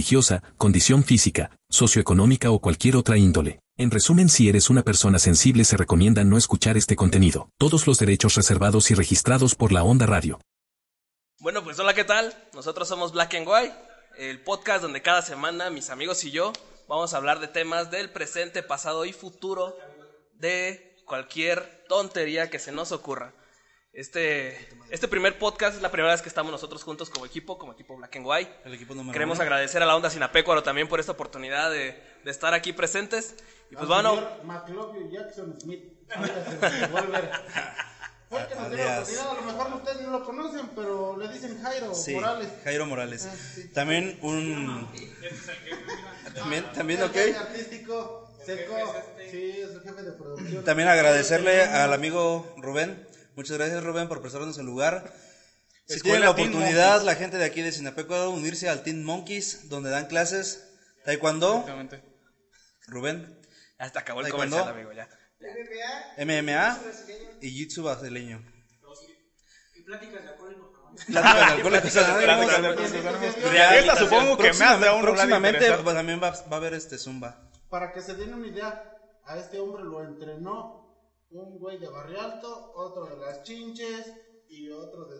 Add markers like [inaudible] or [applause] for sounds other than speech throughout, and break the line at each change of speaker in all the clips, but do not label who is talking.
religiosa, condición física, socioeconómica o cualquier otra índole. En resumen, si eres una persona sensible se recomienda no escuchar este contenido. Todos los derechos reservados y registrados por la Onda Radio.
Bueno, pues hola, ¿qué tal? Nosotros somos Black and White, el podcast donde cada semana mis amigos y yo vamos a hablar de temas del presente, pasado y futuro de cualquier tontería que se nos ocurra. Este, este primer podcast es la primera vez que estamos nosotros juntos como equipo, como equipo Black and White.
El equipo número
Queremos
uno.
agradecer a la Onda Sinapecuaro también por esta oportunidad de, de estar aquí presentes. Y pues bueno,
McLovio Jackson Smith. alias el
[laughs]
Revolver. Porque nos dio la
Alias.
oportunidad, a lo mejor ustedes no lo conocen, pero le dicen Jairo
Sí,
Morales.
Jairo Morales.
Ah, sí.
También un. También, también,
El jefe
ok.
artístico, seco. Sí, es el jefe de producción.
También agradecerle al amigo Rubén. Muchas gracias, Rubén, por prestarnos el lugar. Si
Escuela
tienen la
Teen
oportunidad,
Monkeys.
la gente de aquí de Sinapecuaro, unirse al Team Monkeys, donde dan clases. Taekwondo,
Exactamente.
Rubén,
hasta acabó el
pues,
¿Taekwondo?
comercial, amigo, ya. [laughs]
MMA y Jitsu brasileño.
Pláticas de
Pláticas
alcohólicos anónimos.
Rehabilitación.
Esta supongo que me hace un
Próximamente
Próximamente.
pues, también va, va a haber este Zumba.
Para que se den una idea, a este hombre lo entrenó un güey de Barrialto, otro de las Chinches y otro de.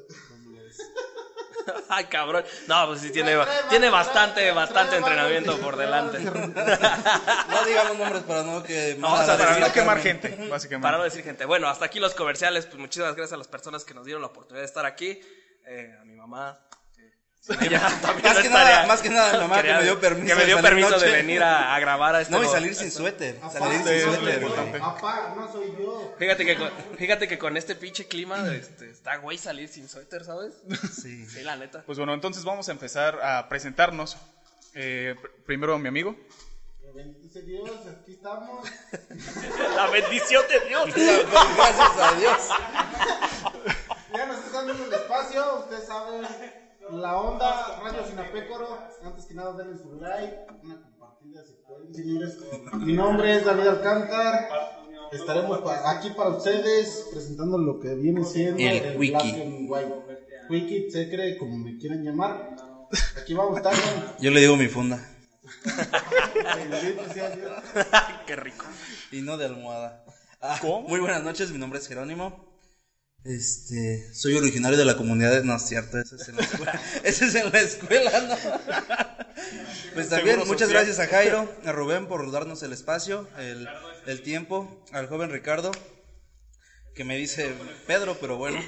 Ay, cabrón. No, pues sí, tiene,
Trae, trae,
tiene
trae,
bastante,
trae,
bastante
trae,
entrenamiento
[laughs] trae,
por
trae,
delante.
No digamos nombres para no que.
No, o sea,
Para no
Descargarme.
quemar gente,
Para no
básicamente.
decir gente, bueno, hasta aquí los comerciales. Pues muchísimas gracias a las personas que nos dieron la oportunidad de estar aquí. Eh, a mi mamá. eh, [laughs] ella también
Más
no
que nada-
estaría-
más que nada mi mamá, que
quería-
me dio permiso
que me
de
dio
salir
permiso de
noche.
venir a, a grabar a este.
No, y
no-
salir sin suéter.
Aparte,
Salir sin
eso es lo
suéter, güey.
importante.
Apá, no soy yo.
Fíjate que, con, fíjate que con este pinche clima este, está güey salir sin suéter, ¿sabes?
Sí. [laughs]
Sí, la neta.
Pues bueno, entonces vamos a empezar a presentarnos. Eh, pr- primero mi amigo.
Bendice Dios, aquí estamos. [laughs]
La bendición de Dios. [laughs]
Gracias a Dios.
Ya nos están dando el espacio, ustedes saben, la onda, Radio Sinapécoro. Antes que nada, denle su like, una compartida si pueden, señores. Mi nombre es David Alcántar. Estaremos pa- aquí para ustedes presentando lo que viene siendo
El wiki.
Black and White. Wiki, se cree, como me quieran llamar. Aquí vamos
[laughs]
a estar.
Yo le digo mi funda.
con- bendito sea Dios.
Qué rico.
Y no de almohada. Ah,
¿Cómo?
Muy buenas noches, mi nombre es Jerónimo. Este, soy originario de la comunidad de... No, es cierto, ese es en la
[laughs]
escuela. ese es en la escuela, ¿no? Pues también
Seguro
muchas
social.
gracias a Jairo, a Rubén por darnos el espacio, el, el tiempo, al joven Ricardo, que me dice Pedro, pero
[clears throat]
bueno.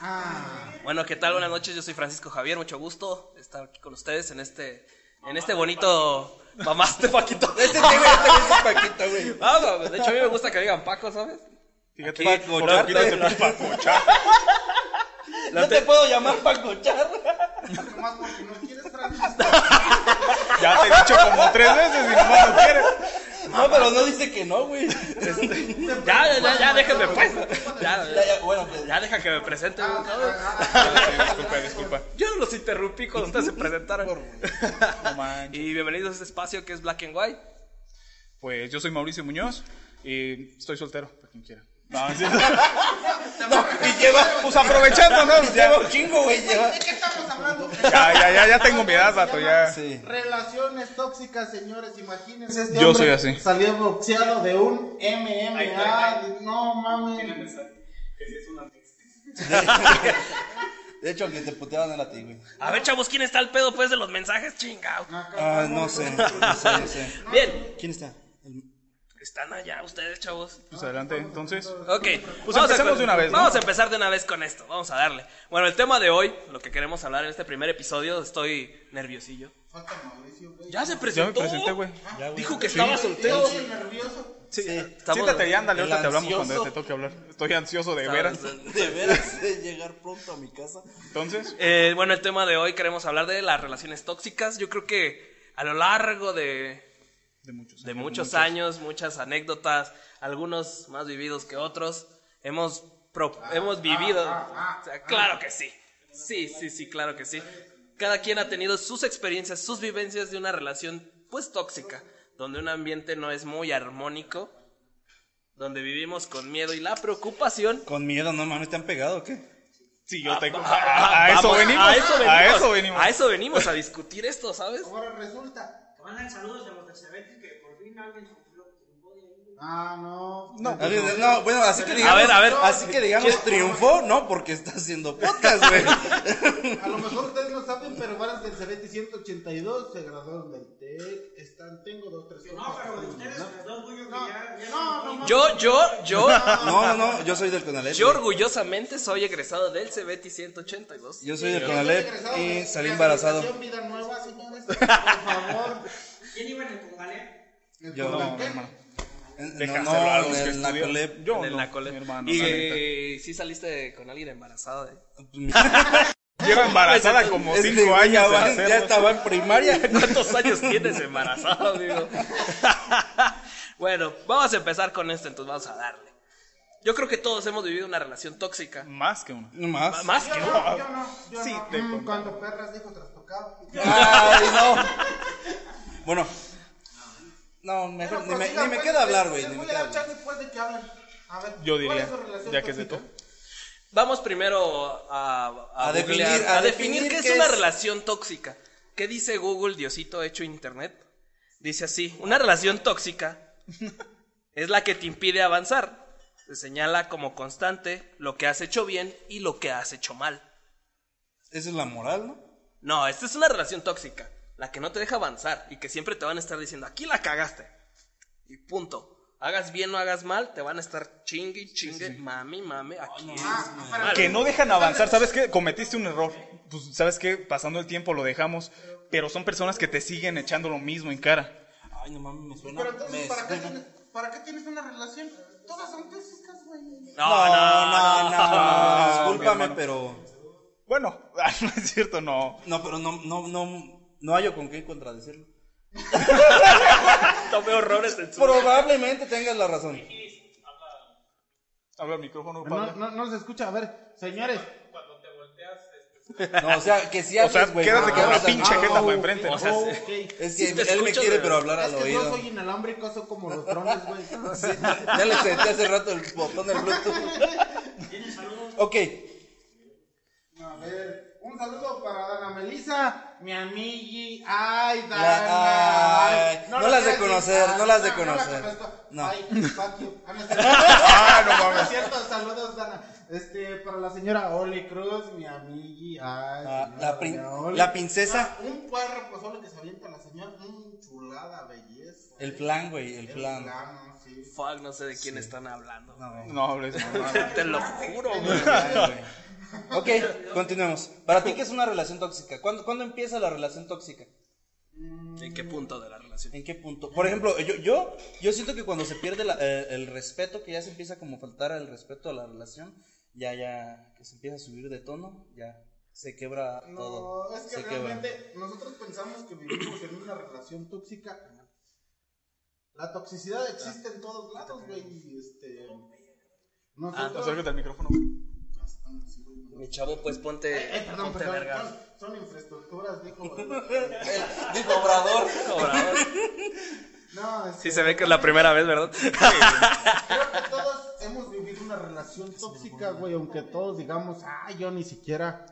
Ah,
Bueno, ¿qué tal? Buenas noches, yo soy Francisco Javier, mucho gusto estar aquí con ustedes en este, en este bonito...
[laughs]
Mamaste, Paquito.
Este tío, este güey es Paquito, güey.
Ah, no, de hecho a mí me gusta que digan Paco, ¿sabes?
Fíjate,
Paco,
por
ya
aquí no
te-
te puedes papuchar.
No te puedo llamar Pacochar.
nomás porque no quieres, Francisco.
Ya te he dicho como tres veces y nomás no quieres.
No, pero no dice que no, güey. Este,
Ya, ya, ya, ya, déjenme pues. Ya,
[laughs] Ya,
ya,
ya, bueno, pues,
ya deja que me presente, ¿sabes?
ah, Disculpa, disculpa.
Yo los interrumpí cuando ustedes se presentaron.
[laughs] No manches.
Y bienvenidos a este espacio que es Black and White.
Pues yo soy Mauricio Muñoz y estoy soltero, para quien quiera. No, sí.
Y lleva,
Pues aprovechando, ¿no? [laughs] Ya,
[laughs] lleva un chingo, güey. Lleva.
¿De qué estamos hablando?
ya, ya, ya, ya tengo mi edad, vato, ya.
Sí.
Relaciones tóxicas, señores, imagínense. Este
Yo
hombre
soy así.
Salió boxeado de un MMA. No mames.
De hecho, aunque te puteaban era a ti, güey.
A ver, chavos, ¿quién está al pedo pues de los mensajes? Chingao.
Ah, no sé, no sé, no sé.
Bien,
¿Quién está? El-
Están allá ustedes, chavos.
Pues adelante, entonces.
Ok, vamos
Pues
a
empecemos
co-
de una vez, ¿no?
Vamos a empezar de una vez con esto, vamos a darle. Bueno, el tema de hoy, lo que queremos hablar en este primer episodio, estoy nerviosillo.
Falta Mauricio, güey.
Ya se
Ya
presentó. Ah,
me presenté, güey.
Dijo que estaba soltero.
Estoy nervioso.
Sí, eh,
estamos-
siéntate y ándale,
el
ahorita te hablamos
ansioso.
cuando te toque hablar. Estoy ansioso de veras.
De veras, de llegar pronto a mi casa.
Entonces,
Eh, bueno, el tema de hoy queremos hablar de las relaciones tóxicas. Yo creo que a lo largo de,
de muchos
de muchos años, muchas anécdotas, algunos más vividos que otros, hemos, pro- hemos vivido. O sea, claro que sí. Sí, sí, sí, claro que sí. Cada quien ha tenido sus experiencias, sus vivencias de una relación, pues tóxica, donde un ambiente no es muy armónico, donde vivimos con miedo y la preocupación
Con miedo, no mames, ¿te han pegado o qué?
Sí, yo tengo.
Ah,
A, a eso
vamos,
venimos,
A eso venimos.
A eso venimos.
A eso venimos, a discutir esto, ¿sabes?
Ahora resulta.
Te mandan saludos de los tercerentes que por fin alguien cumplió- triunfó de ahí. güey.
Ah, no.
No,
Alguien- No, bueno, así que digamos.
ver, a ver.
Así que digamos triunfó, no, porque está haciendo podcast, güey.
A lo mejor ustedes no saben, pero varios del Cerete 182 se graduaron del TEC. Están, tengo dos, tres
No, pero de
cosas.
ustedes, los dos, güey, que
No,
ya, ya no,
no, no, no.
Yo, yo, yo,
No, no, no, yo soy del Conalep. [laughs]
yo
güey.
orgullosamente soy egresado del CBT 182.
Yo soy del
Yo
Conalep
soy egresado
y
de
salí
Rehabilitación
embarazado.
Vida nueva, señores. Por favor.
¿Quién iba en el Congalé?
El
Yo-
no,
Conalep.
mi hermano.
No,
Déjaselo a
no,
los que
del
estudian.
Nacolep.
Yo
del
no,
Nacole.
mi hermano.
y
la neta.
eh, sí saliste con alguien embarazada. ¿eh?
Lleva embarazada
[laughs]
como
Este
cinco
güey ya
años.
va-
en
ya
hacerlo.
estaba en primaria. [laughs]
¿Cuántos años tienes embarazada, amigo? [laughs] bueno, vamos a empezar con esto, entonces vamos a darle. Yo creo que todos hemos vivido una relación tóxica.
Más que uno.
No más.
Más
Yo
que
no, yo no, yo
Sí,
no.
te
Mm,
contaron.
cuando perras dijo trastocado.
Ay, no. [laughs] Bueno. No, mejor ni
Pero
me,
prosiga,
ni me
pues,
queda hablar,
les-
güey.
les
Ni me
voy a
queda
dar
hablar.
chance después de que hablen. A ver,
Yo
¿cuál
diría,
es su relación
ya que es de
tóxica?
todo.
Vamos primero a, a,
A definir-
googlear,
a
a definir
definir
qué es
qué
una
es.
relación tóxica. ¿Qué dice Google, Diosito, hecho internet? Dice así, una relación
[laughs]
tóxica es la que te impide avanzar. Te señala como constante lo que has hecho bien y lo que has hecho mal.
Esa es la moral, ¿no?
No, esta es una relación tóxica, la que no te deja avanzar y que siempre te van a estar diciendo, aquí la cagaste. Y punto. Hagas bien o hagas mal, te van a estar chingue y chingue, mami, mami, aquí. es mal.
Que no dejan avanzar, ¿sabes qué? Cometiste un error. Pues, ¿sabes qué? Pasando el tiempo lo dejamos, pero son personas que te siguen echando lo mismo en cara.
Ay, no mames, me suena.
Pero entonces,
me
¿para qué,
suena.
tienes, ¿para qué tienes una relación? Todas son tóxicas, güey.
no, no,
[laughs] no, no,
no,
discúlpame,
mi hermano.
pero.
Bueno, [laughs] ah, no es cierto, no.
No, pero no, no, no. No hallo con qué contradecirlo.
Tomé horrores en su
[laughs] Probablemente tengas la razón.
Habla el micrófono,
No,
Pablo.
no, no se escucha. A ver, señores.
No, o sea, que si
O sea,
hables, güey.
quédate
Ah,
con
o
la
sea,
pinche
no.
jeta para enfrente. ¿no?
O sea,
Ok.
sí.
Es que
Sí te
él me
escucho,
quiere,
pero-
pero hablar
Es
al
que yo
oído.
soy inalámbrico, soy como los drones, güey.
[laughs] Sí, [laughs] ya le senté hace rato el botón del
[laughs]
Bluetooth.
Tienen saludos.
Ok,
A ver, un saludo para Dana Melisa, mi amigui. Ay, Dana.
La- ay, no
lo
las de
quiero decir.
conocer,
Ah,
no las de
la
conocer.
conozco.
No.
Ay, fuck you. Ah, no
[laughs]
es cierto.
Ah, no
No es
mames.
cierto, saludos, Dana. Este, para la señora Oli Cruz, mi amigui. Ay,
Ah,
señora
la, prin-
doña Oli.
la princesa.
Ah, un puerro pozole que se avienta la señora. Un chulada, belleza.
El plan, güey, el
El
plan.
plano, sí.
Fuck, no sé de quién están hablando. [laughs]
No hables, mamá.
Te lo juro, güey.
[laughs] Ok, continuemos. Para ti, ¿qué es una relación tóxica? ¿Cuándo, cuándo empieza la relación tóxica?
¿En qué punto de la relación?
¿En qué punto? Por ejemplo, yo, yo, yo siento que cuando se pierde la- eh, el respeto, que ya se empieza como a faltar el respeto a la relación, ya, ya, que se empieza a subir de tono, ya se quebra
No,
todo.
es que
se quebra.
realmente nosotros pensamos que vivimos en una relación tóxica. La toxicidad existe en todos lados, güey. y, Este,
Ah,
nosotros... Eh,
Acércate al micrófono. güey.
Mi chavo, pues ponte,
Eh, perdón,
ponte
perdón,
verga.
son, son infraestructuras, dijo. [laughs]
El- Dijo obrador.
Obrador.
No, este,
Sí se ve que es la primera vez, ¿verdad?
Creo que todos hemos vivido una relación tóxica, güey, aunque todos digamos, ah, yo ni siquiera.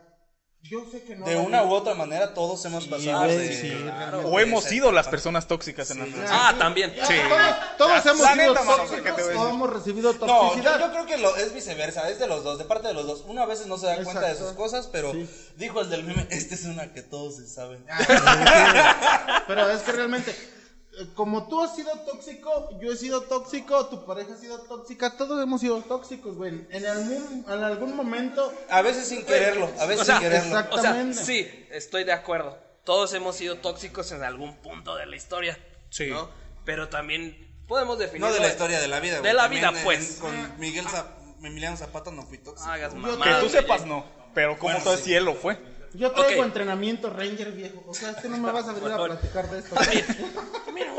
Yo sé que no.
De
valí
una u otra manera, todos hemos pasado.
güey,
de-
sí,
claro,
O
güey,
hemos
se-
sido las personas tóxicas en la relación.
Ah, también.
Sí.
Todos, todos
La
hemos sido
neta, mano, ¿qué te
tóxicos
voy a decir?
o hemos recibido
No, yo,
toxicidad.
yo creo que lo- es viceversa, es de los dos, de parte de los dos. Uno a veces no se da cuenta de
Exacto.
sus cosas, pero
Sí.
dijo "Este
Ah, [laughs]
el del meme, esta es una que todos se saben.
Pero es que realmente, eh, eh, como tú has sido tóxico, yo he sido tóxico, tu pareja ha sido tóxica, todos hemos sido tóxicos, güey. En algún, en algún momento,
A veces sin quererlo, a veces
O sea,
sin quererlo.
exacto.
O sea,
Exactamente.
sí, estoy de acuerdo. Todos hemos sido tóxicos en algún punto de la historia.
Sí.
¿no? Pero también podemos definir.
No de la historia de la vida, güey.
De la
También
vida,
en-
pues. Ah,
Con Miguel Zap- Emiliano Zapata no fui tóxico.
Hagas
Yo-
Que
mamadas,
tú
güey.
sepas, no. Pero como
Bueno,
todo
sí.
si él lo fue.
yo traigo
Ok.
entrenamiento Ranger viejo. O sea, tú no me vas a venir
Por
a
favor.
platicar de esto.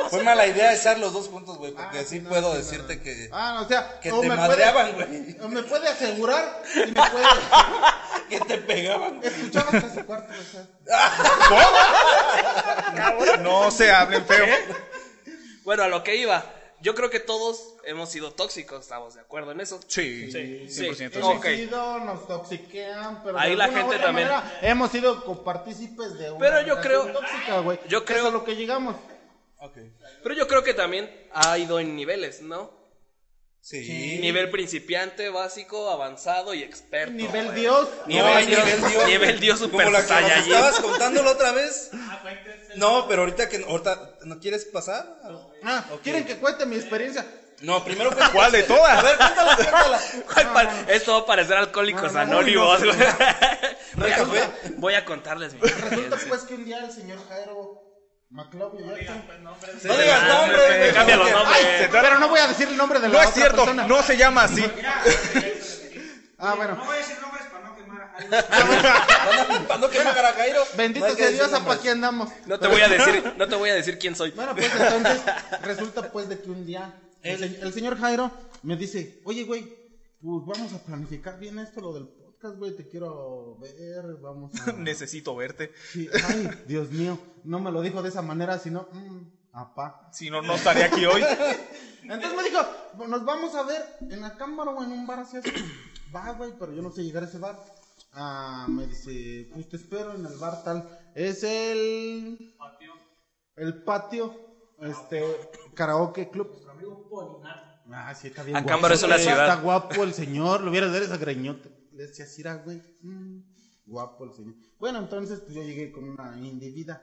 Fue mala idea estar los dos juntos, güey, porque así puedo decirte que,
Ah, no, o sea,
que
o
te
me
madreaban,
puede,
güey.
o me puede asegurar y me puede [laughs]
Que te pegaban.
escuchar hasta su cuarto, o sea.
No se hablen feo.
Bueno, a lo que iba. Yo creo que todos hemos sido tóxicos, ¿estamos de acuerdo en eso?
Sí,
Sí, sí.
100%. sí.
Hemos
Ok.
sido, nos toxiquean, pero
Ahí
de
la
alguna
gente
u otra
también.
manera hemos sido copartícipes de una
Pero yo
relación
creo-
tóxica, güey.
yo creo-
Eso es lo que llegamos.
Ok.
Pero yo creo que también ha ido en niveles, ¿no?
Sí.
Nivel principiante, básico, avanzado y experto.
Nivel
güey.
Dios.
Nivel
hay
Dios, nivel Dios Super
Como la que nos
Saiyajin.
estabas contando la otra vez. No, pero ahorita que ahorita no quieres pasar.
Ah,
Ok.
quieren que cuente mi experiencia.
No, primero cuéntala.
¿Cuál de
A
todas?
ver, cuéntala, cuéntala.
[laughs] ¿Cuál pa- Esto va a parecer alcohólicos
Ah. No, no, no,
anónimos,
no, no,
güey. [laughs] voy, a, voy a contarles mi
Resulta
experiencia.
pues que un día el señor Jairo McLeod
No digas
Ah,
nombre,
hombre,
güey.
cambia los
porque-
nombres.
Ay, se trata-
Pero no voy a decir el nombre de la
No es
otra
cierto,
persona.
no se llama así.
Ah, bueno.
No voy a decir nombres para no quemar a alguien.
Van a- Para no quemar a Jairo. no
Bendito
hay que
sea
decir
Dios, ¿a
nombres.
pa' qué andamos?
No te voy a
[laughs]
decir, no te voy a decir quién soy.
Bueno, pues entonces resulta pues de que un día el, se- el señor Jairo me dice, oye, güey, pues vamos a planificar bien esto, lo del podcast, güey, te quiero ver, vamos
[laughs]
a...
Necesito verte.
Sí, Ay, Dios mío, no me lo dijo de esa manera, sino, mm, apá.
Si no, no estaría aquí hoy.
Entonces me dijo, nos vamos a ver en la cámara o en un bar así, [clears throat] así. Va, güey, pero yo no sé llegar a ese bar. Ah, me dice, pues te espero en el bar tal. Es el... El patio. Este,
Ah,
karaoke club.
Amigo Polinar.
Ah, sí, está bien.
Acámbaro
guapo,
es una
güey.
ciudad.
Está guapo el señor, lo hubieras dado esa greñota. Le decía, "Sira, güey. mm, guapo el señor. Bueno, entonces pues yo llegué con una indebida.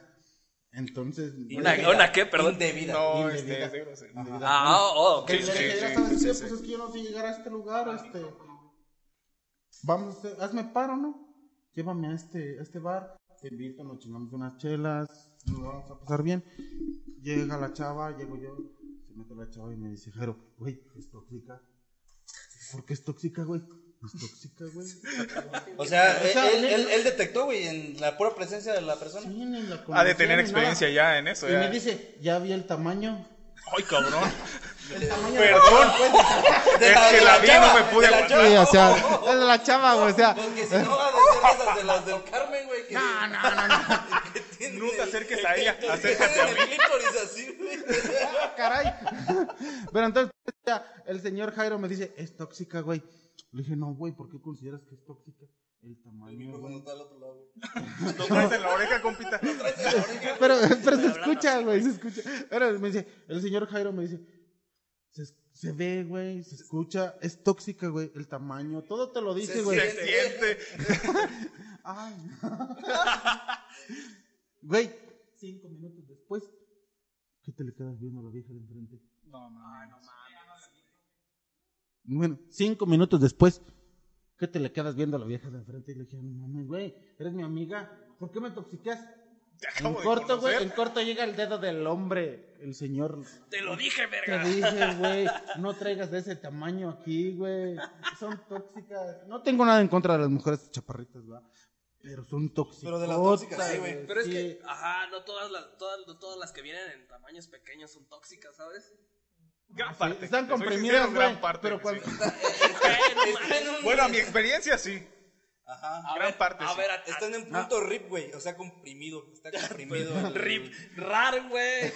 Entonces.
[laughs]
güey,
Una-
indebida,
una qué, perdón.
Indebida.
No,
indebida,
este, seguro sí.
indebida.
Ah, oh, oh, ok.
Que le dije, ya sabes
sí,
qué,
sí,
pues es que yo no sé llegar a este lugar, este. Vamos, eh, hazme paro, ¿no? Llévame a este, a este bar, te invito, nos chingamos unas chelas, nos vamos a pasar bien. Llega la chava, llego yo, se mete la chava y me dice, Jero, güey, es tóxica. ¿Por qué es tóxica, güey? Es tóxica, güey.
O sea,
O sea,
él,
él-
él- él detectó, güey, en la pura presencia de la persona.
Sí, ni la
Ha de
conocía
tener
ni
experiencia
nada.
ya en eso.
Y
ya.
me dice, ya vi el tamaño.
Ay, cabrón.
El tamaño de-
Perdón. Es que la vi, no
[laughs]
me pude
de la
aguantar.
chava.
Sí, o sea,
[laughs]
es de la chava, güey, o sea.
Porque si no, va a ser esas de las del Carmen, güey. que-
No, no, no, no.
[laughs] que tienen
No te
el-
acerques a ella,
que tienen
acércate a
el
mí.
clítoris así, güey.
¡Ah, caray. [laughs] Pero entonces ya, el señor Jairo me dice, es tóxica, güey. Le dije, no, güey, ¿por qué consideras que es tóxica? El
El
tamaño,
micrófono
güey.
está al otro lado, güey.
Lo traes en la oreja,
[laughs]
compita.
Pero, pero se escucha, güey, se escucha. Pero me dice, el señor Jairo me dice, se, es- se ve, güey, se escucha, es tóxica, güey, el tamaño, todo te lo dice,
Se
güey.
Se siente.
Ay. [laughs] Güey, cinco minutos después, ¿qué te le quedas viendo a la vieja de enfrente?
No, no,
Bueno, cinco minutos después, ¿qué te le quedas viendo a la vieja de enfrente? Y le dije, no mames, güey, eres mi amiga, ¿por qué me toxicas?
Te
En
acabo de
corto, güey, en
conocer.
corto llega el dedo del hombre, el señor.
Te lo dije,
Te
verga.
dije, güey, no traigas de ese tamaño aquí, güey, son tóxicas. No tengo nada en contra de las mujeres chaparritas, va, pero son tóxicas.
Pero de las tóxicas, sí, güey.
Pero es que, ajá, no todas las, todas, no todas las que vienen en tamaños pequeños son tóxicas, ¿sabes?
Gran parte.
Están
te soy
comprimidas,
sincero, gran
güey,
parte
pero
que
cuando-
sí.
Está en un-
Bueno, a mi experiencia sí.
Ajá.
Gran parte,
A
sí.
ver, a,
Está en un punto
Ah.
rip, güey. O sea, comprimido. Está
[laughs]
comprimido.
Pues,
el-
rip, rar, güey.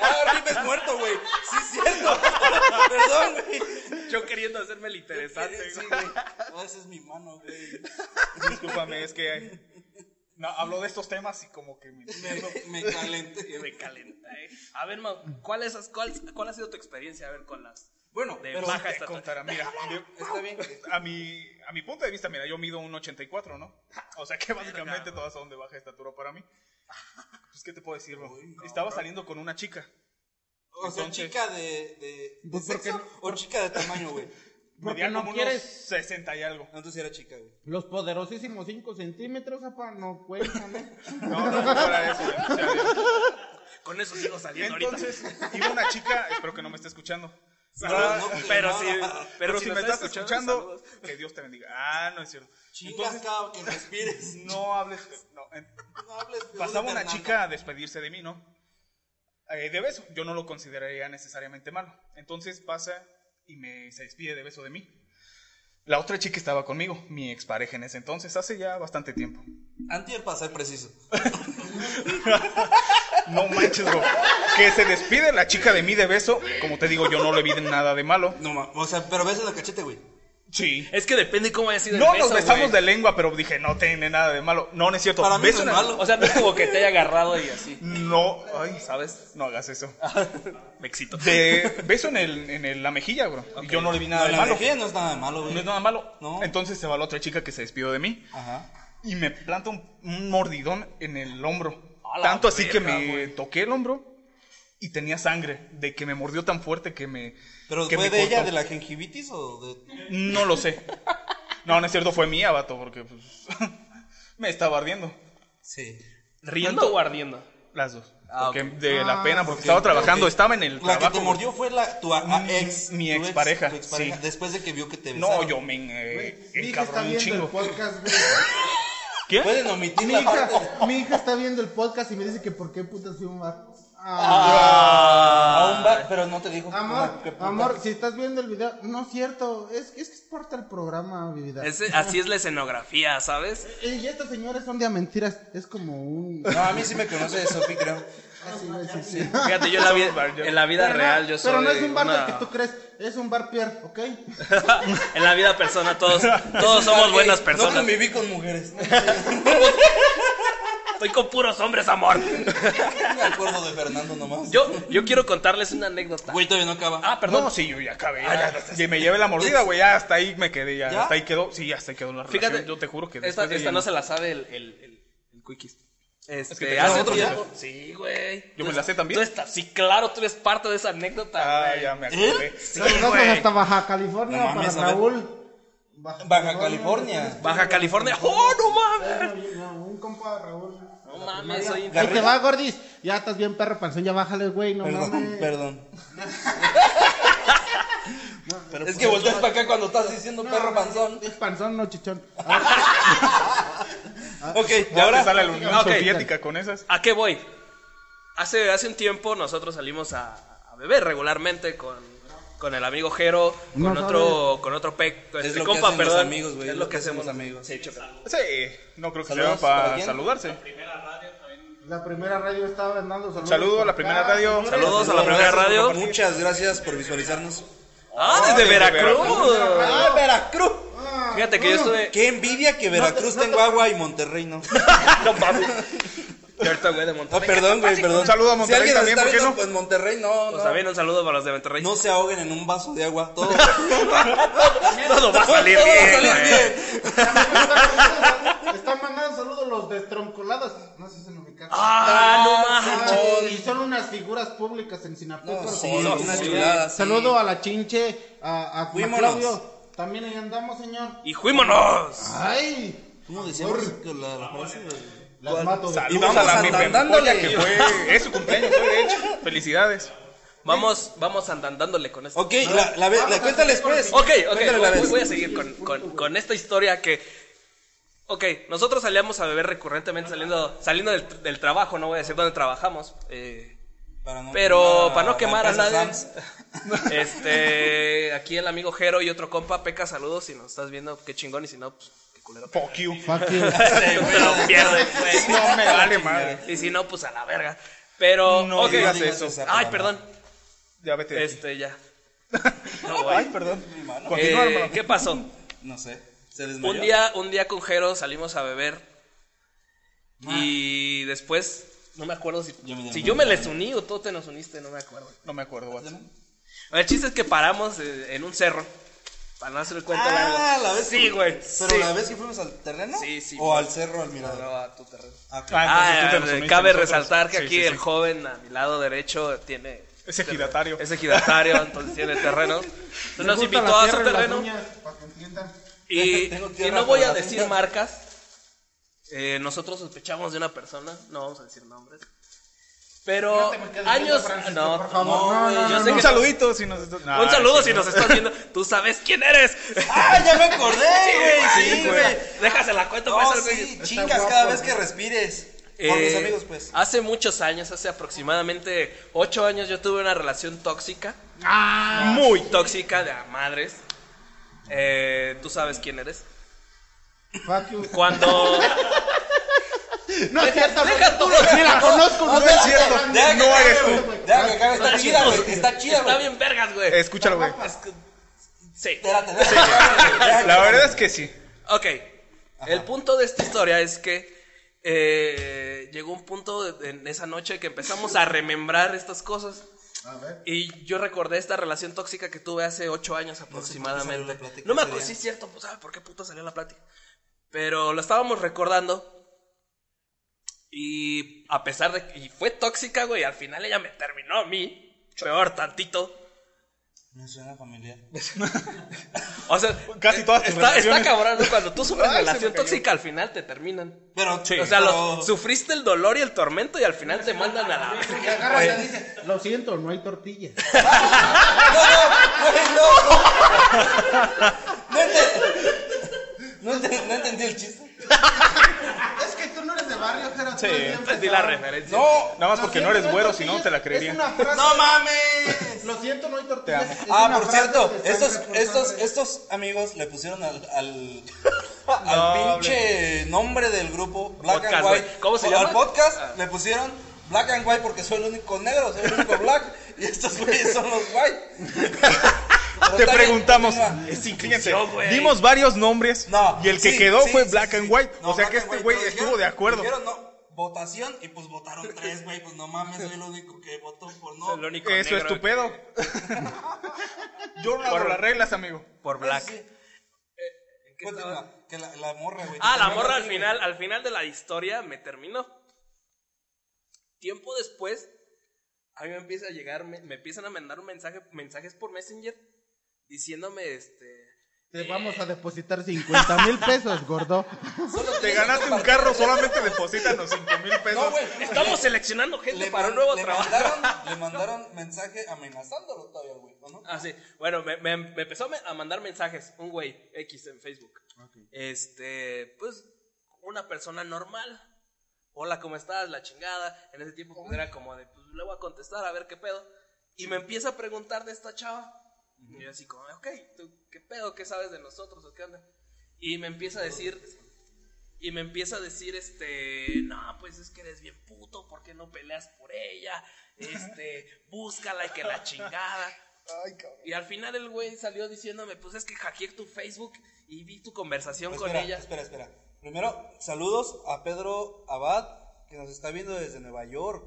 Ah, rip es muerto, güey. Sí, es cierto. [laughs] Perdón, güey.
Yo queriendo hacerme el interesante,
Sí,
güey.
güey. Oh, esa es mi mano, güey.
Discúlpame, es que. No, hablo de estos temas y como que me. [laughs]
Me, me calenté.
Que me calenta, eh. A ver, Mau, ¿cuál, es, cuál, ¿cuál ha sido tu experiencia? A ver, con las
Bueno,
de
pero
baja
Te
estatura.
contará, mira.
está bien.
A mi, a mi punto de vista, mira, yo mido un 84, ¿no? O sea que básicamente todas son de baja estatura para mí. Pues, ¿qué te puedo decir, bro? Estaba saliendo con una chica.
O sea,
Entonces-
chica de, de, de
Pues, ¿por qué
sexo o chica de tamaño, güey.
Porque
Medían
no
como unos
quieres.
60 y algo.
Antes era chica, güey.
Los poderosísimos 5 centímetros, apa, no cuentan. ¿eh?
No, no, no era eso. güey, o sea,
Con eso sigo saliendo ahorita.
Entonces, iba una chica, espero que no me esté escuchando. Ah,
Saludos,
no,
pero,
no.
si, pero,
Pero
si,
si
lo
me estás
escuchando,
escuchando, que Dios te bendiga. Ah, no es cierto.
Chingas
Entonces,
cada que respires.
[laughs] no hables. No, en-
No hables de
pasaba una
Fernando.
chica a despedirse de mí, ¿no? Eh, de beso, yo no lo consideraría necesariamente malo. Entonces pasa y me, se despide de beso de mí. La otra chica estaba conmigo, mi expareja en ese entonces, hace ya bastante tiempo.
Antier para ser preciso.
No manches, bro. Que se despide la chica de mí de beso, como te digo, yo no le vi nada de malo.
No, ma- o sea, pero ves en la cachete, güey.
Sí.
es que depende cómo haya sido
No
el beso,
nos besamos
güey.
de lengua, pero dije, no tiene nada de malo. No, no es cierto.
Para mí
Beso
no es
en-
malo.
O sea, no es como que te haya agarrado y así,
No, ay,
¿sabes?
no hagas eso.
Ah.
Me excito.
De beso en, el, en el- la mejilla, bro. Y yo no le vi nada
No,
de
la
malo.
energía no es nada de malo, güey.
No es nada malo.
No.
Entonces se va la otra chica que se despidió de mí
Ajá.
y me planta un, un mordidón en el hombro.
A la
Tanto así que
verga,
me
güey.
toqué el hombro y tenía sangre de que me mordió tan fuerte que me.
Pero
que
fue
me
de ella,
cortó.
de la gingivitis o de.
No lo sé. No, no es cierto, fue mía, vato, porque pues, [laughs] me estaba ardiendo.
Sí.
¿Riendo o ardiendo?
Las dos.
Ah,
Porque de
Ah,
la pena, porque
Sí,
estaba trabajando,
ok.
estaba en el
La
trabajo.
que te mordió fue la, tu a- a-
Mi-
ex.
mi
tu ex-
expareja,
tu expareja,
sí.
Después de que vio que te besaron.
No, yo me eh,
Mi hija está
encabrón un
viendo el
chingo.
podcast,
[laughs]
güey.
¿Qué?
Pueden omitir
Mi
la
hija,
parte.
mi hija está viendo el podcast y me dice que por qué putas fui a un bar. Ah,
Ah, a un bar, pero no te dijo.
Ah,
amor,
que- que-
amor, si estás viendo el video, no es cierto, es, que- es que es parte del programa, mi vida.
Es- así es la escenografía, ¿sabes?
Eh, Y estos señores son de a mentiras, es como un...
[laughs] No, a mí sí me conoce de Sofi, creo.
[laughs] Así, así, sí.
Fíjate, yo en la, vi-
Somos bar- yo-
en la vida
Pero no,
real yo soy
Pero no es un bar
una- [laughs]
del que tú crees, es un bar Pierre, ¿ok?
en la vida persona todos, todos somos buenas
No
personas.
conviví
[laughs]
con mujeres. No
Estoy con puros hombres, amor.
me acuerdo de Fernando nomás.
Yo, yo quiero contarles una anécdota.
Güey, todavía no acaba.
Ah, perdón. No, sí, yo ya acabé.
Ah,
ya.
ya, ya,
Y me llevé la mordida, güey. Ya hasta ahí me quedé. Ya,
¿Ya?
Hasta ahí quedó. Sí, hasta ahí quedó la relación.
Fíjate,
yo te juro que
esta,
después de
esta
ella
no
no-
se la sabe el, el, el, el Quickies. Este,
que te
hace
quedas otro
tiempo-
tiempo.
Sí, güey.
me
Tú
la sé
es-
también.
tú estás- sí, claro, tú eres parte de esa anécdota.
Ah,
güey.
ya me acordé.
Sí,
Nosotros
güey.
hasta Baja California
No mames,
para
a ver.
Raúl.
Baja California.
Baja California. ¡Oh, no mames!
No, un compa de Raúl.
No mames, soy
Ahí te va, gordis. Ya estás bien perro panzón, ya bájale, güey, no
Perdón,
mames.
perdón.
pues
es que volteas para acá cuando estás diciendo perro panzón.
Es panzón, no chichón.
Ok,
Ya
ahora.
ahora sale la Unión
Ah, ok.
Soviética con esas.
¿A qué voy? Hace, hace un tiempo nosotros salimos a, a beber regularmente con, con el amigo Jero, con
No
otro, con otro pec, con
Es
este
lo que
compa,
hacen los
perdón.
amigos, güey,
Es lo que hacemos
los amigos.
Sí, choca.
Sí, no creo que sea
Saludos, ¿para
para
quién?
saludarse.
La primera radio estaba mandando saludos.
Saludo a la
por
primera
acá,
radio.
señores.
Saludos a la primera radio.
Muchas gracias por visualizarnos.
Ah, desde
desde
Veracruz.
¡Ah, Veracruz!
Fíjate que yo estuve.
¡Qué envidia que Veracruz tenga agua y Monterrey no!
No mames. Y ahorita, güey, de
Ah,
Monterrey.
perdón, güey, perdón.
Un saludo a Monterrey
si alguien nos
también,
está
¿por qué
viendo,
no?
Pues Monterrey no,
Pues
no.
también un saludo para los de Monterrey.
No se ahoguen en un vaso de agua.
[laughs]
Todo,
Todo va a salir
todo va
bien.
salir
güey.
bien.
Están mandando saludos los destroncolados. No sé si se ubican.
Ah, no mames.
Ay, Y son unas figuras públicas en Sinapuco.
No, sí,
no,
una
sí.
chulada. sí.
Saludo a la chinche, a, a
Fuímonos.
Claudio. También ahí andamos, señor.
Y fuímonos.
Ay,
¿Cómo decíamos que la, la frase?
las mato. de-
Saludos
vamos
a la
andandándole.
Mipempolla que fue. Es su cumpleaños, fue de hecho. Felicidades.
Vamos, vamos andandándole con esto.
Ok, la, la, la, la cuéntales pues.
Ok, ok,
Cuéntale la
voy-
vez.
voy a seguir con, con- con esta historia que... Ok, nosotros salíamos a beber recurrentemente saliendo, saliendo del, del trabajo, no voy a decir dónde trabajamos, eh,
Para no
pero
quemar
para no
la
quemar a
empresa
nadie, [laughs]
Sam's.
este, aquí el amigo Jero y otro compa, Peca, saludos, si nos estás viendo, qué chingón, y si no, pues, qué culero.
Fuck you.
Fuck
[laughs]
you.
Tú [laughs] te lo pierdes, güey.
No me vale madre.
Y si no, pues a la verga. Pero,
No
ok.
digas
eso. esa
Ay,
palabra.
perdón,
Ya vete. de aquí.
este, ya. No, güey.
Ay, perdón. Continúa,
Eh,
hermano.
¿Qué
[laughs]
pasó?
No sé. Se desmayó.
Un día, un día con Jero salimos a beber. Y después, no me acuerdo si
Ah. Yo
yo
me-
me, si yo me les uní o tú te nos uniste, no me acuerdo.
No me acuerdo, Watson.
El chiste es que paramos eh, en un cerro. Para no hacer el cuento largo.
Ah, la vez.
Sí,
que-
güey.
Pero
sí.
la vez que fuimos al terreno.
Sí, sí,
O
güey.
al cerro, al mirador.
No, a tu terreno.
Ah, ok.
Ah, entonces tú
Ah,
te nos uniste
cabe
a nosotros.
resaltar que
Sí,
aquí
sí,
el
sí.
joven a mi lado derecho tiene
Es ejidatario.
Es
[laughs]
ejidatario, entonces tiene terreno. Entonces nos invitó a su terreno.
Para que entiendan.
Y,
[laughs] Tengo
y
tierra
no voy
para
a
la
decir
uña.
marcas. Eh, nosotros sospechamos de una persona, no vamos a decir nombres. Pero
te marques de
años.
vuelta, Francisco,
no,
por favor.
no,
No,
güey,
no,
yo
no,
sé
un
que-
saludito si nos estás- Nah,
un saludo
sí,
si
no.
nos estás
[laughs]
viendo. Tú sabes quién eres.
¡Ah, ya [laughs] me acordé, güey!
Sí,
Sí,
güey.
güey.
Déjasela cuento,
No,
pues, al güey.
sí, chingas
guapo,
cada vez
güey.
que respires. Por mis
Eh,
amigos, pues.
Hace muchos años, hace aproximadamente 8 años, yo tuve una relación tóxica. Muy tóxica, de a madres. Eh, Tú sabes quién eres.
Fuck you.
Cuando.
No es cierto,
Deja tú los-
ni la conozco,
No es cierto,
Deja que
no
acabe,
eres tú.
güey. Deja que acabe, está chida, güey. Está chida,
Está
güey.
bien vergas, güey.
Escúchalo, güey.
Es que- Sí.
Espérate, deja que acabe, güey. Deja que
La
acabe.
verdad es que sí.
Ok. El punto de esta historia es que eh, llegó un punto de- en esa noche que empezamos a remembrar estas cosas.
A ver.
Y yo recordé esta relación tóxica que tuve hace ocho años
salió
aproximadamente.
la plática
No me
ese
acuerdo,
día.
sí es cierto, pues ¿sabe por qué puta salió la plática? Pero lo estábamos recordando. Y a pesar de que y fue tóxica, güey, al final ella me terminó a mí. Peor tantito.
Me suena familiar.
O sea,
Casi todas tus
está, está
relaciones.
cabrón, ¿no? cuando tú sufres
Ay, se me
relación
cayó.
tóxica, al final te terminan.
Pero,
o sea,
pero-
lo- sufriste el dolor y el tormento y al final te mandan a la
Y
verga.
agarra y le dice, lo siento, no hay tortillas.
No, no, güey, no, no. No ente- no ente- no entendí el chiste.
Es que tú no eres de barrio, Gerardo.
Sí, pues,
Entendí la referencia.
No,
Nada más porque no eres güero, si no te la creería.
Es una frase,
no mames.
Lo siento, no hay tortillas. es
Ah,
una
por
frase
cierto,
que están
estos, estos,
reforzando.
estos amigos le pusieron al,
[laughs]
al,
No,
al pinche nombre del grupo Black
Podcast,
and White.
güey. ¿Cómo se
O-
llama?
Al podcast
Ah.
le pusieron Black and White porque soy el único negro, soy el único black. Y estos güeyes son los
[laughs]
white. Pero
Te
está bien,
preguntamos.
continúa.
Es Fíjense,
inclusión, güey.
dimos varios nombres
No,
y el que
sí,
quedó
sí,
fue
sí,
Black
sí,
and
sí.
White.
No,
o sea
Black
que
and
este
White,
güey
pero
estuvo
dijeron-
de acuerdo.
dijeron, no, votación y pues votaron tres, güey. Pues no mames, soy el único que votó por no.
El único
Eso es
negro
tu pedo. [laughs] Yo no hago las reglas, amigo.
Por
Pues,
black.
sí. Eh, Continúa, que la, la morra, güey.
Ah, la
Terminó
morra al
así, güey.
final, al final de la historia me terminó. Tiempo después, a mí me empieza a llegar, me, me empiezan a mandar un mensaje, mensajes por Messenger diciéndome, este,
Te vamos a depositar 50 mil pesos, gordo.
Solo
Te
tienes que
ganaste un
compartir
[laughs]
carro,
el-
solamente deposítanos 5 mil
No,
pesos.
güey.
estamos seleccionando gente
Le
para
man-
un nuevo
le
trabajo. [laughs]
Mandaron, le mandaron mensaje amenazándolo todavía, güey. ¿o no?
Ah, sí. Bueno, me, me- me empezó a me- a mandar mensajes, un güey X en Facebook. Este, pues, una persona normal. Hola, ¿cómo estás? La chingada. En ese tiempo pues, era como de, pues le voy a contestar a ver qué pedo. Y me empieza a preguntar de esta chava. Y yo así como, ok, ¿tú qué pedo? ¿Qué sabes de nosotros? ¿O qué onda? Y me empieza a decir, y me empieza a decir, este, no, pues es que eres bien puto, ¿por qué no peleas por ella? Este, búscala y que la chingada. Y al final el güey salió diciéndome, pues es que hackeé tu Facebook y vi tu conversación
Pues
con
espera,
ella.
Espera, espera. Primero, saludos a Pedro Abad, que nos está viendo desde Nueva York.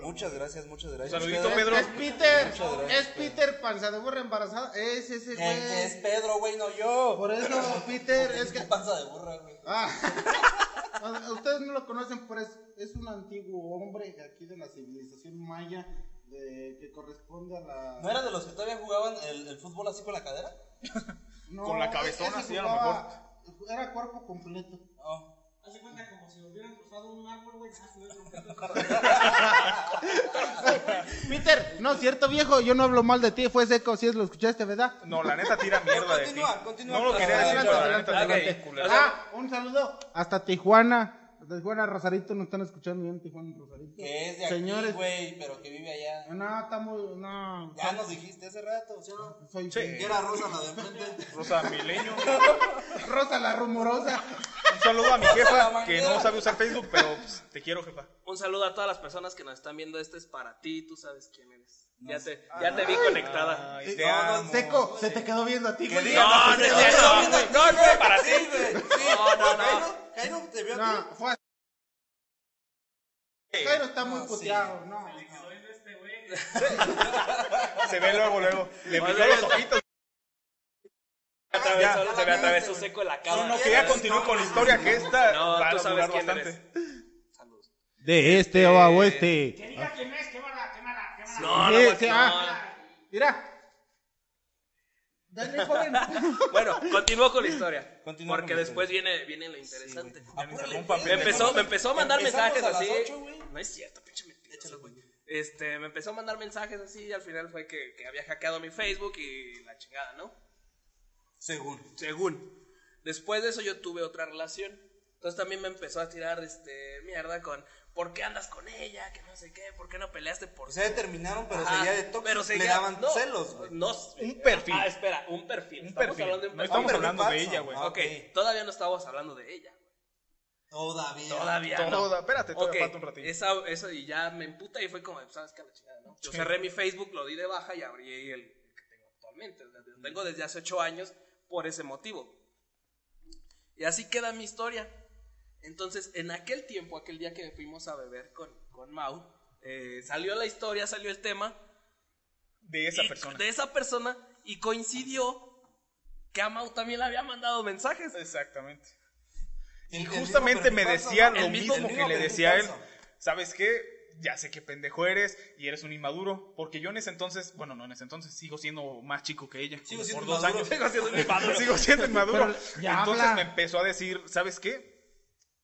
muchas gracias, muchas gracias.
Saludito,
Es,
Pedro.
es Peter,
Muchas gracias,
es Peter panza de burra embarazada. Es ese
Que- que es
güey.
Pedro, güey, no yo.
Por eso, Peter, es que.
Panza de burra, güey.
Ah. [laughs] O- Ustedes no lo conocen, pero es, es un antiguo hombre de aquí de la civilización maya de- que corresponde a la.
¿No era de los que todavía jugaban el, el fútbol así con la cadera?
No,
Con la cabezona,
ese
sí, a lo
jugaba- Era cuerpo completo.
No.
Hace cuenta como si hubieran cruzado un árbol, güey. Ah, güey, no,
Peter, no es cierto, viejo. Yo no hablo mal de ti. Fue seco, si es lo escuchaste, ¿verdad?
No, la neta tira mierda de ti.
Continúa, continúa.
Ah, No lo quería decir,
Adelante,
pero la
adelante,
neta tira
adelante.
bien culero.
O sea,
Ah, un saludo hasta Tijuana. Hasta Tijuana, Rosarito, nos están escuchando bien, Tijuana, Rosarito.
Que es de aquí,
Señores,
güey, pero que vive allá.
no, estamos, no,
pues,
Ya nos dijiste hace rato, ¿sí o no?
soy
Sí.
Que era Rosa la de
[laughs]
enfrente.
Rosa Milenio.
Rosa la rumorosa.
Un saludo a mi jefa que no sabe usar Facebook, pero pues, te quiero, jefa.
Un saludo a todas las personas que nos están viendo. Este es para ti, tú sabes quién eres. Ya te, ya te vi conectada.
Ah. Ay, te
No, no,
amo.
Seco, se te quedó viendo a ti, güey.
diga-
No, no es
No,
cierto,
no,
güey. No,
no,
no es
no,
para ti.
sí, güey, sí.
No, no, no.
Jairo, Jairo, te vio a
No,
ti.
fue así. Jairo está muy puteado, no.
Se ve luego, luego. Le
Oye,
brilló los
está-
ojitos.
Atravesó-
Ya.
se me atravesó seco en la cara.
No, no, que ya continúe con la historia que esta
No,
va a
tú sabes
durar
quién
bastante.
eres.
De este o a oeste.
Que diga quién es, quémala, quémala, quémala.
No, no,
Sí,
Marco,
sí, ah. Mira. Dale, joven.
no. Bueno, continúo con la historia.
Continúa
porque
con la
después viene, viene lo interesante.
Apúrale,
me, empezó, me empezó a mandar
Empezamos
mensajes
a las
así.
ocho, güey.
no es cierto, pinche mentiroso, güey. Este, me empezó a mandar mensajes así y al final fue que, que había hackeado mi Facebook y la chingada, ¿no?
Según.
Según. Después de eso yo tuve otra relación. Entonces también me empezó a tirar este mierda con ¿por qué andas con ella? Que no sé qué, ¿por qué no peleaste por
O sea, terminaron, pero
Ajá,
seguía de toque.
pero
Le
seguía-
daban
no,
celos, güey.
No,
Un perfil.
Ah, espera, un perfil.
Un
estamos
perfil.
hablando de un
No
perfil.
estamos
Ah, pero
hablando
no
de
pasa.
ella, güey.
Ah,
Ok, todavía no estábamos hablando de ella.
Todavía.
Todavía no.
Toda- espérate, todavía
Ok,
falta un ratito.
Esa, esa y ya me emputa y fue como, pues, ¿sabes qué? La chingada, ¿no? Yo cerré mi Facebook, lo di de baja y abrí el que tengo actualmente. el que Tengo desde hace ocho años por ese motivo. Y así queda mi historia. Entonces, en aquel tiempo, aquel día que fuimos a beber con, con Mau, eh, salió la historia, salió el tema.
De esa
y-
persona.
De esa persona. Y coincidió que a Mau también le había mandado mensajes.
Exacamente.
El- el mismo
Justamente me
perfil falso,
decía
¿no?
lo
El
mismo,
mismo
que
perfil
le decía a él.
falso.
¿Sabes qué? Ya sé qué pendejo eres y eres un inmaduro. Porque yo en ese entonces, bueno, no en ese entonces, sigo siendo más chico que ella.
Sigo
como
siendo
por dos
inmaduro.
años. Sigo siendo inmaduro. sigo siendo inmaduro.
Pero ya
entonces
habla.
me empezó a decir, ¿sabes qué?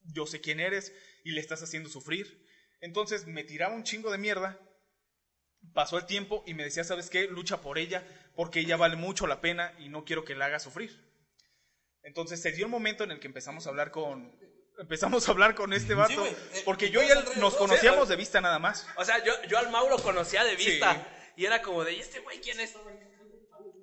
Yo sé quién eres y le estás haciendo sufrir. Entonces me tiraba un chingo de mierda. Pasó el tiempo y me decía, ¿sabes qué? Lucha por ella porque ella vale mucho la pena y no quiero que la haga sufrir. Entonces se dio el momento en el que empezamos a hablar con [laughs] empezamos a hablar con este vato
güey, eh,
porque yo y
entonces
él
el rollo,
nos
¿no?
conocíamos de vista nada más.
O sea, yo, yo al Mau lo conocía de
Sí.
vista. Y era como de, ¿y este güey quién es?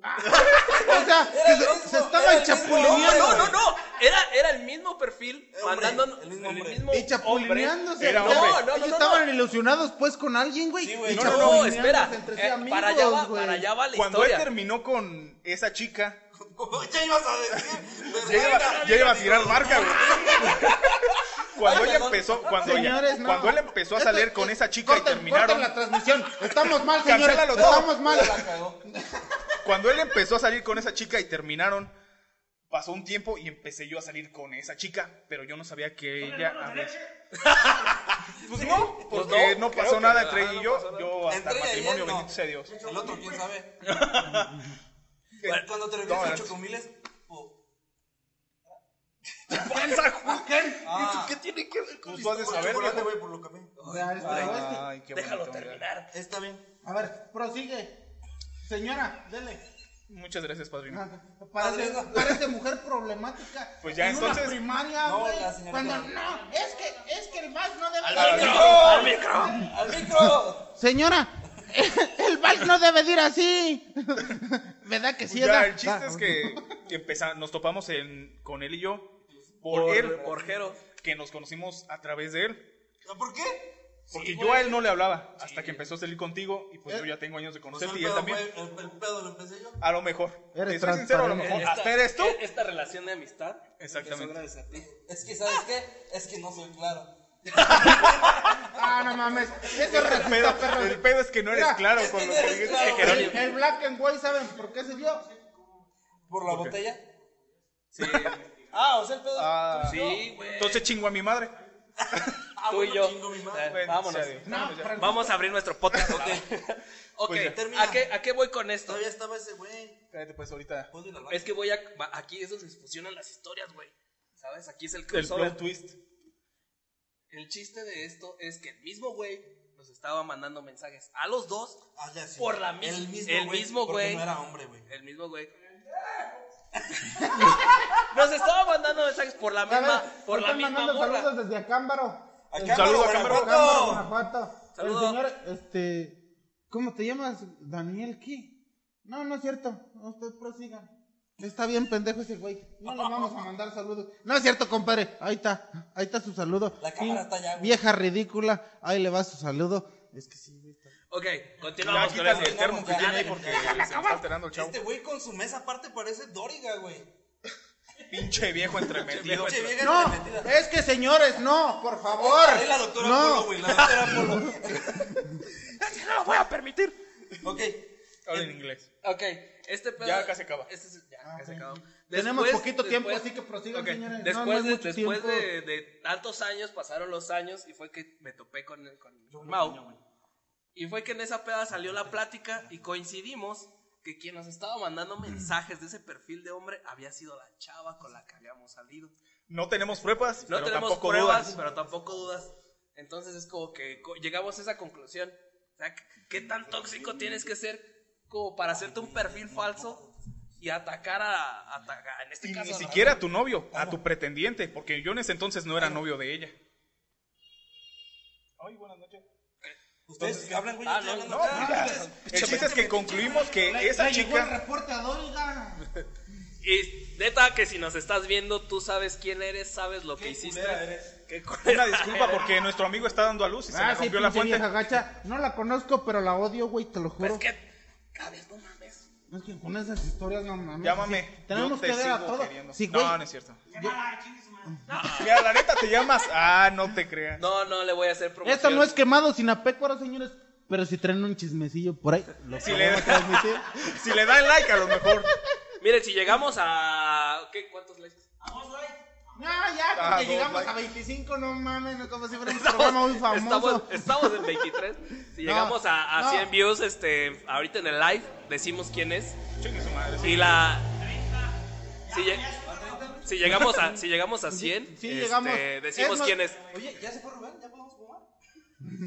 O
Era
sea,
el
se,
mismo,
se
era
estaba
el mismo
chapulineando.
No, no, no. Era, era el mismo perfil
Hombre,
mandando
el mismo hombre.
Y chapulineándose.
Era
No,
hombre.
no, no,
no,
Ellos
no.
estaban ilusionados, pues, con alguien, güey.
Sí, güey.
y
No, no, no,
chapulineándose
espera.
entre sí
Eh,
amigos,
para, allá va,
güey.
para allá va la
Cuando él
historia.
terminó con esa chica,
[laughs] Ya ibas a decir.
ya
vergüenza.
iba, ya iba a tirar marca, güey. Cuando ella empezó, cuando, ella-
Señores, no.
cuando él empezó a
Esto-
salir con esa chica y
corten,
terminaron,
corten la transmisión. Estamos
[laughs]
mal, señores.
Cancélalo todo.
Estamos mal.
cuando él empezó a salir con esa chica y terminaron, pasó un tiempo y empecé yo a salir con esa chica, pero yo no sabía que ella había- [laughs] Pues no, porque
no,
no,
creo
pasó
que-
nada
ajá,
entre ella
no
y yo,
pasó nada.
yo hasta
Entre
el
ella y él,
matrimonio,
no.
bendito sea Dios.
El otro, quién sabe.
[laughs]
Cuando te
No,
refieres a
era-
Chocomiles. oh,
pasa, Juan?
Ah.
¿Eso qué tiene que ver con
Pues
Tú has de
por
saber,
chocolate,
viejo.
güey, por lo que vi.
O sea, esto-
Ay, qué
Déjalo
bonito, mira.
terminar.
Está bien.
este, A ver, prosigue. Señora, dele.
Muchas gracias,
Ah,
padrino.
Parece,
Padrino.
parece mujer problemática.
Pues ya,
en
entonces-
Una primaria,
No,
güey.
la señora
Cuando,
que-
no, es que, es que el VAS no debe.
Ah,
de ir
no.
¡Al micro!
¡Al micro!
Señora, [laughs] el VAS no debe de ir así. [laughs] ¿Verdad que sí?
Pues ya,
Edna?
el chiste
Va.
es que empeza- nos topamos en- con él y yo por,
Por,
él,
por Jero.
que nos conocimos a través de él.
¿Por qué?
Porque yo a él no le hablaba hasta que empezó a salir contigo y pues yo ya tengo años de
Pues el
conocerte y él
pedo
también.
fue- el- el pedo lo empecé yo.
A lo mejor.
Eres
Te soy sincero, a lo
transparente.
mejor. ¿Hasta eres tú?
e- Esta relación de amistad.
Exactamente.
empezó gracias a ti.
Es que, ¿sabes qué? Es que no soy claro.
Ah, no mames.
[laughs]
Eso es
El pedo,
racista, perro.
el pedo es que no eres
Mira,
claro
es
con
que
lo
no
que
eres claro.
dijiste, Jerónimo.
El black and white, ¿saben por qué se dio?
¿Por la botella?
Sí,
Ah, o sea, el pedo.
Ah,
sí, güey.
Entonces chingo a mi madre.
Ah,
tú y
bueno,
yo.
chingo mi
Eh,
madre.
Bueno,
vámonos.
sea Dios.
No,
Vámonos ya.
pero-
Vamos a abrir nuestro podcast. [laughs] Ok,
Pues ya.
termina. ¿A, qué, ¿a qué voy con esto?
Todavía estaba ese güey.
Cállate pues ahorita.
Ponle la
Es que voy a. va- Aquí es donde se fusionan las historias, güey. ¿Sabes? Aquí es el
El
crossover.
plot twist.
El chiste de esto es que el mismo güey nos estaba mandando mensajes a los dos.
Ah, ya, sí.
Por la mis-
El mismo
el
güey.
mismo
porque
güey.
no era hombre, güey.
El mismo güey. [laughs] nos estaba mandando mensajes por la misma,
¿Saben?
por la
Están
misma
mandando
morra.
saludos desde Acámbaro.
Acá,
El-
saludo
Cámara,
a Cámara.
Guanajuato.
Acámbaro, Guanajuato. El
Saludo.
señor, este, ¿cómo te llamas? Daniel qué? No, no es cierto. Usted prosiga. Está bien pendejo ese güey. No le vamos a mandar saludos. No es cierto, compadre. Ahí está. Ahí está su saludo.
La cámara está allá, güey.
Vieja ridícula. Ahí le va su saludo. Es que sí, güey. está-
Ok,
Ya
continuamos con
quítale el
esto.
termo que
ya,
tiene ahí
ya,
porque
ya,
se me está alterando el chavo.
Este güey con su mesa aparte parece Dóriga, güey.
Pinche viejo entremetido.
Pinche vieja
No,
metida.
es que señores, no, por favor.
Es la doctora
no.
Polo, güey. La
[laughs]
doctora Polo.
No lo voy a permitir.
ok.
Habla en inglés.
Ok, este pedo.
Ya casi acaba.
Este es- ya casi
Ah, ok.
acaba.
Tenemos
Después-
poquito tiempo,
después-
así que prosigan,
Ok,
señores. No, no
Después,
es
de,
mucho
después
tiempo.
de, de tantos años, pasaron los años y fue que me topé con, con Mau. Y fue que en esa peda salió la plática y coincidimos que quien nos estaba mandando mensajes de ese perfil de hombre había sido la chava con la que habíamos salido.
No tenemos pruebas,
No
pero
tenemos
tampoco
pruebas,
dudas.
pero tampoco dudas. Entonces es como que co- llegamos a esa conclusión. O sea, ¿qué- ¿qué tan tóxico tienes que ser como para hacerte un perfil falso y atacar a, ataca- en este
Y
caso
ni
a la-
siquiera a tu novio, a tu pretendiente, porque yo en ese entonces no era novio de ella. Ay, buenas noches.
Ustedes que hablan, güey. yo
Ah,
estoy
no,
hablando
No,
acá.
pues, el chiste es que concluimos que esa
Llegó el
chica.
reporte a Dolga.
Y neta que si nos estás viendo, tú sabes quién eres, sabes lo que hiciste. Qué culera
eh, Una disculpa
eres.
porque nuestro amigo está dando a luz y se
Ah,
me
sí,
rompió la
pinche
fuente.
vieja gacha. No la conozco, pero la odio, güey, te lo
Pues
juro.
es que, a ver, no mames.
Es que con esas historias, no mames.
Llámame.
sí, Tenemos
yo te
que ver a
sigo
todo.
queriendo.
Sí, güey. Mm.
no, no es cierto.
Ah, chingue su madre.
Mira, la neta te llamas. Ah, no te creas.
No, no le voy a hacer promoción.
Esto no es quemado sin apécuaro, señores. Pero si traen un chismecillo por ahí, lo
Si
que
le-
vamos a transmitir.
[laughs] Si le dan like, a lo mejor.
Miren, si llegamos a... ¿Qué? ¿Cuántos likes?
Vamos, güey.
No, ya,
Ah,
porque
no,
llegamos
like.
a 25, no mames, no, como si fuera un programa muy famoso.
Estamos, estamos en 23. Si
[laughs] No,
llegamos a, a
no.
100 views, este, ahorita en el live, decimos quién es.
Chingue su madre.
Y la. Si, lle- si llegamos a, si llegamos a 100,
Sí, sí,
este,
llegamos.
decimos
Es más-
quién es.
Oye, ¿ya se fue Rubén? ¿Ya podemos fumar?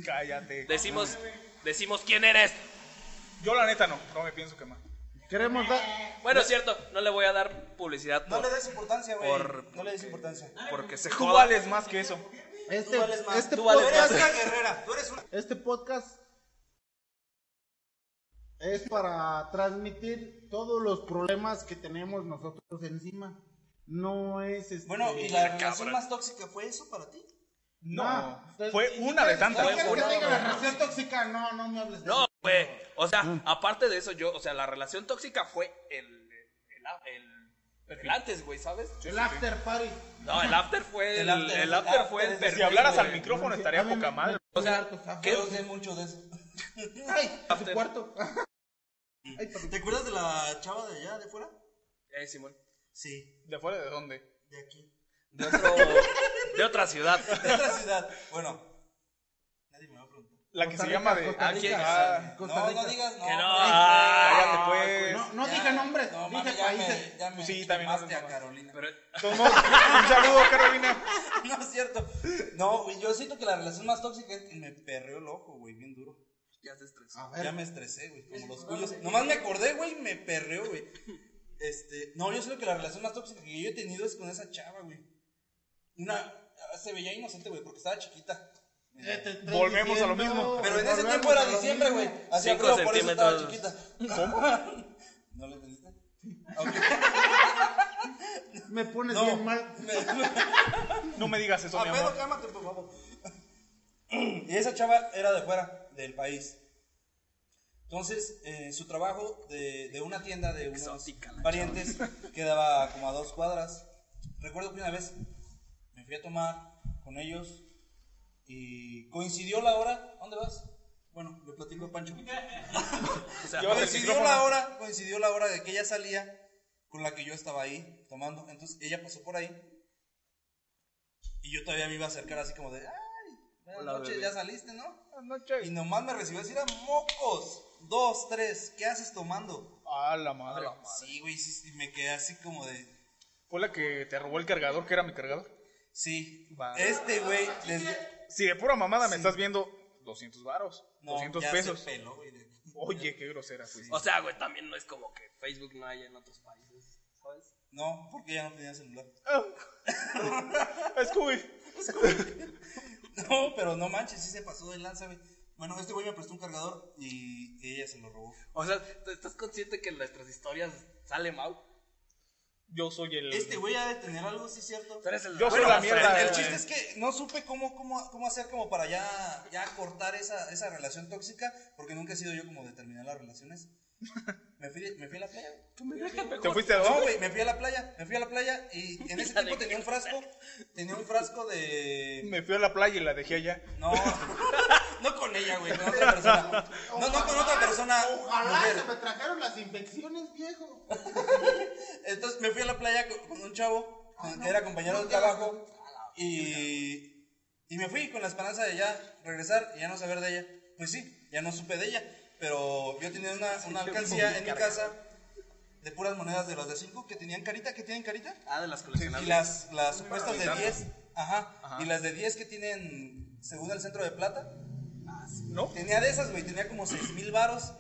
Cállate.
Decimos, decimos quién eres.
Yo la neta no, no me pienso quemar.
Queremos dar.
Eh,
Bueno, es cierto, no le voy a dar publicidad
No
por-
le des importancia, güey.
Por-
No le des importancia.
porque
[laughs]
se
Tú
joda.
vales más que eso.
Este,
Tú vales más.
este
Tú vales
podcast,
más. Tú eres una guerrera. Tú eres una...
este podcast es para transmitir todos los problemas que tenemos nosotros encima. No es este.
Bueno, ¿y la relación más tóxica fue eso para ti?
No.
pues,
fue
ni
una de
siquiera-
tantas.
¿Quieres
Fue
que
una
te
de
diga la relación tóxica? No, no me hables de
No,
eso.
güey. O sea, aparte de eso, yo, o sea, la relación tóxica fue el, el, el- el antes, güey, ¿sabes?
El after party.
No, el after fue el,
El
el after,
after-
fue el
after es-
Si
perfil,
hablaras al
güey.
micrófono estaría
A mí
poca
me-
madre.
O sea,
Que
¿qué?
yo sé mucho de eso.
Ay, a su
After.
[laughs]
cuarto.
¿Te acuerdas de la chava de allá, de fuera?
Eh, Simón.
Sí,
¿De fuera de dónde?
de aquí. [laughs]
De, otro- de otra ciudad.
De otra ciudad. Bueno, nadie me va a preguntar.
La que
Costa
se
Rica,
llama de.
Costa
Ah,
Rica.
ah,
Costa Rica.
No, no digas, no.
Que no,
hombre.
ah,
cállate, pues.
No, no
Ya,
diga nombres,
no,
diga
mami, ya
países.
me- ya me
Sí, también
quemaste
nombres,
a Carolina.
Pero,
Tomo- Un saludo, Carolina.
[laughs] No es cierto. No, güey, yo siento que la relación más tóxica es que me perreó el ojo, güey, bien duro.
ya se estresó.
A
Ya
ver,
me estresé, güey, como los cuyos. Nomás me acordé, güey, y me perreó, güey. Este, no, yo siento que la relación más tóxica que yo he tenido es con esa chava, güey. Una, se veía inocente, güey, porque estaba chiquita.
eh, te estoy
Volvemos a lo
diciendo.
mismo.
Pero en ese
Volvemos
tiempo era
a lo
diciembre,
mismo.
güey. Hacía
Cinco
frío, por eso estaba
centímetros.
chiquita. [laughs] ¿No le entendiste? Ok.
Me pones
No.
bien mal.
No me digas eso, mi
Alfredo,
amor.
cálmate, por favor. [clears throat] Y esa chava era de fuera del país. Entonces, eh, su trabajo de, de una tienda de unos
Exótica la
parientes [laughs] quedaba como a dos cuadras. Recuerdo que una vez me fui a tomar con ellos y coincidió la hora. ¿Dónde vas? Bueno, le platico a Pancho.
O sea,
Llevas el
coincidió
micrófono.
la hora, coincidió la hora de que ella salía con la que yo estaba ahí tomando. Entonces ella pasó por ahí y yo todavía me iba a acercar así como de, ay, buenas
Hola,
noches,
bebé".
ya saliste, ¿no?
Buenas noches.
Y nomás me recibió así, era mocos, dos, tres, ¿qué haces tomando?
A la madre.
Sí, güey, sí, sí, me quedé así como de,
Fue la que te robó el cargador, que era mi cargador.
sí,
Va.
este güey, desde-
Si de pura mamada me estás viendo, 200 varos,
no,
200
ya
pesos.
se peló, güey. de-
Oye, qué grosera fuiste.
O sea, güey, también no es como que Facebook no haya en otros países, ¿sabes?
No, porque ya no tenía celular. [laughs]
[laughs] Es Scooby.
No, pero no manches, sí se pasó de lanza, güey. Bueno, este güey me prestó un cargador y ella se lo robó.
O sea, ¿tú ¿estás consciente que en nuestras historias sale Mau?
Yo soy el.
Este güey ha de tener algo, sí, cierto.
Tú eres el-
Yo soy
Bueno,
la
o sea,
mierda,
el-
El
eh.
chiste es que no supe cómo, cómo, cómo hacer como para ya, ya cortar esa, esa relación tóxica, porque nunca he sido yo como de terminar las relaciones. Me fui, me fui a la playa.
Te fuiste a
No,
dónde?
güey, me fui a la playa, me fui a la playa y en
[laughs]
ese tiempo tenía un frasco, tenía un frasco de...
Me fui a la playa y la dejé allá.
No, [laughs] no con ella, güey, con otra persona. No, no con otra persona.
Ojalá
mujer.
se me trajeron las infecciones, viejo.
Entonces me fui a la playa con, con un chavo con- que era compañero de trabajo y, y me fui con la esperanza de ya regresar y ya no saber de ella. Pues sí, ya no supe de ella. Pero yo tenía una, una alcancía en mi casa de puras monedas de las de 5 que tenían carita, que tienen carita.
Ah, de las
Y
coleccionables.
las, las supuestas de
Ajá.
10. Ajá,
Ajá.
Y las de 10 que tienen, según el centro de plata.
¿No?
Tenía de esas, güey. Tenía como 6 mil varos.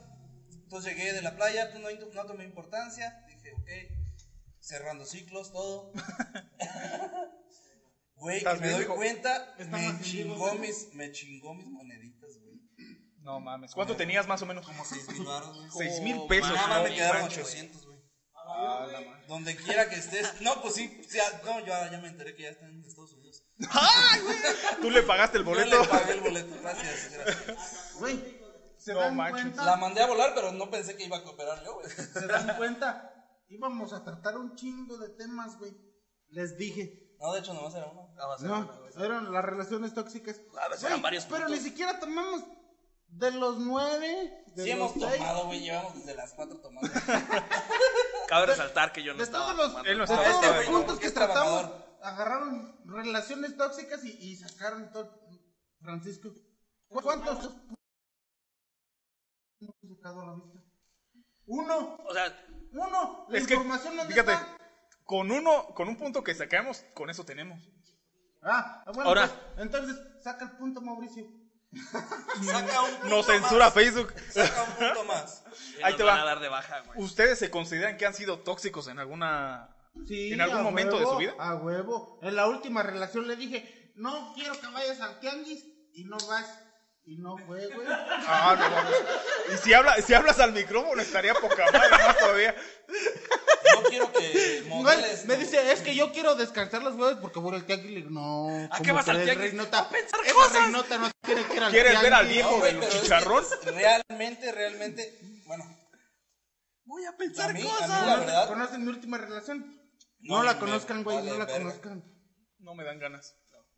Entonces llegué de la playa, pues, no, int- no tomé importancia. Dije, ok, cerrando ciclos, todo. [laughs] Güey,
¿Estás
me
bien,
doy
hijo?
cuenta,
Está
me
más en vivo,
chingó,
¿no?
mis, me chingó mis moneditas, güey.
No mames. ¿Cuánto tenías más o menos?
Como 6 mil varos, güey.
Seis mil
Oh,
pesos.
Nada más
no
me quedaron
manches.
800, güey. Donde quiera que estés. No, pues sí. sí, ah, no, yo ya me enteré que ya están en Estados Unidos.
Tú le pagaste el boleto.
Yo le pagué el boleto, gracias. gracias.
Güey, se
No
dan
manches.
cuenta.
La mandé a volar, pero no pensé que iba a cooperar yo, güey.
se dan cuenta, íbamos a tratar un chingo de temas, güey. Les dije,
No, de hecho, nomás era uno.
Ah, va a ser una,
no,
güey.
eran las relaciones tóxicas.
A ver,
Güey,
eran varios
pero ni
puntos.
siquiera tomamos de los nueve, de
Sí
los
hemos
seis,
tomado, güey. Llevamos desde las 4 tomando.
Cabe resaltar que yo no
de
estaba.
todos los,
tomando.
Él no
de
estaba,
todos
estaba
los
ahí.
puntos
Porque
que
es
tratamos,
trabajador.
agarraron relaciones tóxicas y, y sacaron todo. Francisco, ¿cu- ¿cuántos puntos hemos sacado a la vista? Uno,
O sea,
uno, la
Es que,
información no
fíjate,
está.
con uno, con un punto que sacamos, con eso tenemos.
Ah, bueno,
Ahora.
pues, entonces saca el punto, Mauricio.
Saca un punto
No censura
más.
Facebook.
Saca un punto más.
sí
Ahí
nos
te
van
va.
a dar de baja, güey.
¿Ustedes se consideran que han sido tóxicos en alguna
Sí,
en algún
a
momento de
huevo,
su vida?
A huevo. En la última relación le dije, no quiero que vayas al tianguis y no vas. Y no fue, güey.
Ah, no mames. Y si habla, si hablas al micrófono estaría poca madre más todavía.
No quiero que
Güey,
modeles.
me
tu-
dice, es que yo quiero descansar los jueves porque voy al tianguis. Le digo, no.
¿A qué
¿cómo
vas al
crees,
tianguis?
Reinota?
A pensar
Esa
cosas.
Reinota no quiere que ir al
¿Quieres ver al
tianguis.
viejo?
No, güey,
de
pero es que
chicharrón.
Realmente, realmente. Bueno,
Voy a
a
pensar
mí, a mí la
cosas.
verdad.
¿Conocen mi última relación? No,
No,
la
me
conozcan, güey, no
vale
la
verga.
conozcan.
No me dan ganas.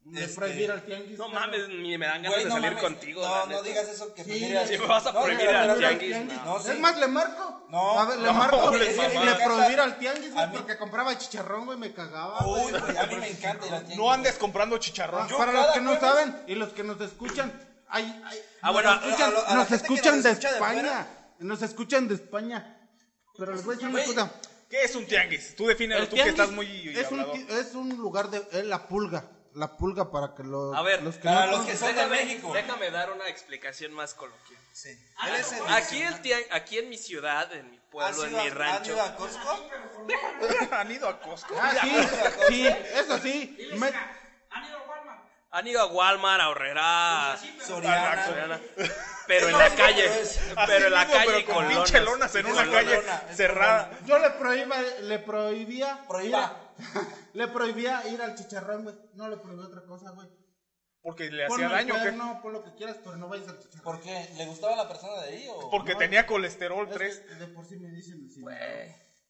Me
Este-
prohibir al tianguis.
No
claro.
mames, ni me dan ganas
Güey,
de
no
salir
mames.
contigo.
No,
la
no
neta.
digas eso que
Sí,
prefieres-
Si me vas a
No,
prohibir
pero-
al
pero-
tianguis,
no, sí.
Es más, le marco.
No,
A ver, le
no,
marco.
les
Es que
mamá.
le prohibir al tianguis, güey,
A mí-
porque compraba chicharrón, güey, me cagaba. güey. Ah,
Uy, güey, a mí me encanta ir al tianguis.
No andes comprando chicharrón.
Yo
Para los
cada
que no
jueves-
saben y los que nos escuchan, ay, ay,
Ah,
nos
bueno, a-
escuchan,
a lo- a la gente
nos
que
escuchan
nos
de
escucha de
España,
fuera.
nos escuchan de España. Pero les voy a decir una
Güey,
cosa.
¿Qué es un tianguis? Tú defínelo
el
tú que
tianguis
estás muy
es un,
hablador.
ti- es un lugar de es la pulga, la pulga para que los
A ver,
los que
para
no-
los que son de
Déjame,
México. Ah,
déjame dar una explicación más coloquial.
Sí. Él es el-
Aquí, el tian- aquí en mi ciudad, en mi
¿Has
pueblo, en
ido
mi
a-
rancho.
¿Han ido a Costco?
[laughs] Han ido a Costco.
Ah, sí, sí, eso sí. me-
¿Han ido a Walmart?
Han ido a Walmart, a Horrera,
Ah,
Soriana.
Soriana.
pero
Es
en
lo
la
mismo,
calle,
pero es-
pero en la
Así mismo,
calle
pero
y
con
con
pinche lonas en
Es
una
con
calle
lona, es con
cerrada.
yo le prohíba, le prohibía
Prohíba.
[laughs] le prohibía ir al chicharrón, güey. No le prohibía otra cosa, güey.
Porque le
Ponme
hacía
el
daño. ¿qué?
cuerno, pon lo que quieras, pero no vayas al chicharrón.
¿Por qué? ¿Le gustaba la persona de ahí o...?
Porque tenía colesterol
Es
3.
que de por sí me dicen así.
Güey,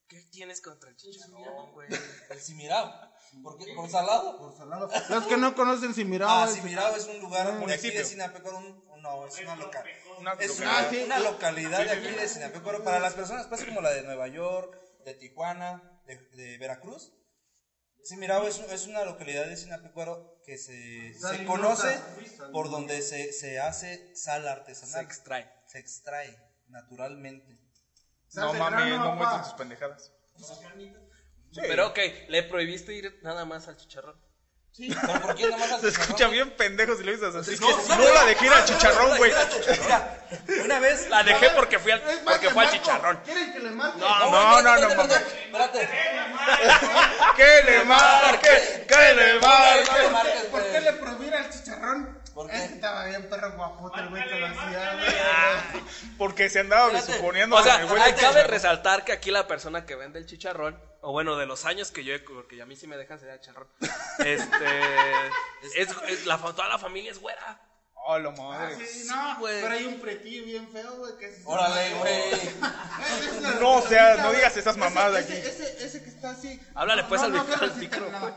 ¿Qué tienes contra el chicharrón, güey?
El Simirao. ¿Por qué? ¿Por salado?
Por salado. Los que no conocen Simirao.
ah,
es-
Simirao es un lugar de aquí
municipio.
de Sinapecuaro, un- no, es una local.
Una
Es una,
Ah,
localidad.
sí.
una localidad de aquí de Sinapecuaro para las personas pues como la de Nueva York, de Tijuana, de, de Veracruz. Simirao es, es una localidad de Sinapecuaro que se,
Se
se
alimenta.
conoce por donde se, se hace sal
Se
artesanal.
extrae.
Se extrae
[laughs]
naturalmente.
Se
No
hace
mames,
grano,
no
papá.
muestren sus pendejadas.
Pero ok, le prohibiste ir nada más al chicharrón.
¿Pero por qué nomás al
Se escucha
chicharrón?
bien pendejo si lo dices así.
No, sí,
No la dejé ir al chicharrón, güey.
Mira, una vez...
La dejé porque fui al,
Es más,
porque fue
le
al
marco.
chicharrón.
¿Quieren que le marque?
No,
güey,
no,
espérate,
no,
espérate, espérate.
Que le marque, que le
le
marque.
marques,
¿Por
güey.
qué le prohibir al chicharrón?
¿Por
Es
qué?
que estaba bien perro guapote el güey que lo hacía.
Ah.
güey.
Porque se andaba
Espérate.
suponiendo
O sea,
que me huele
ahí cabe
chicharrón.
resaltar que aquí la persona que vende el chicharrón, o bueno, de los años que yo he, porque a mí sí me dejan ser el chicharrón, este, es, es- la, fa- toda la familia es güera.
Oh, la madre.
Sí, no,
güey.
pero hay un pretillo bien feo, güey, que es...
Órale, güey.
[laughs]
Ese es la-
No, o sea, no digas esas
Ese-
mamadas
ese,
aquí.
Ese, ese, que está así.
Háblale, pues, al mic-
quiero
al
decirte
micro,
nada.
güey.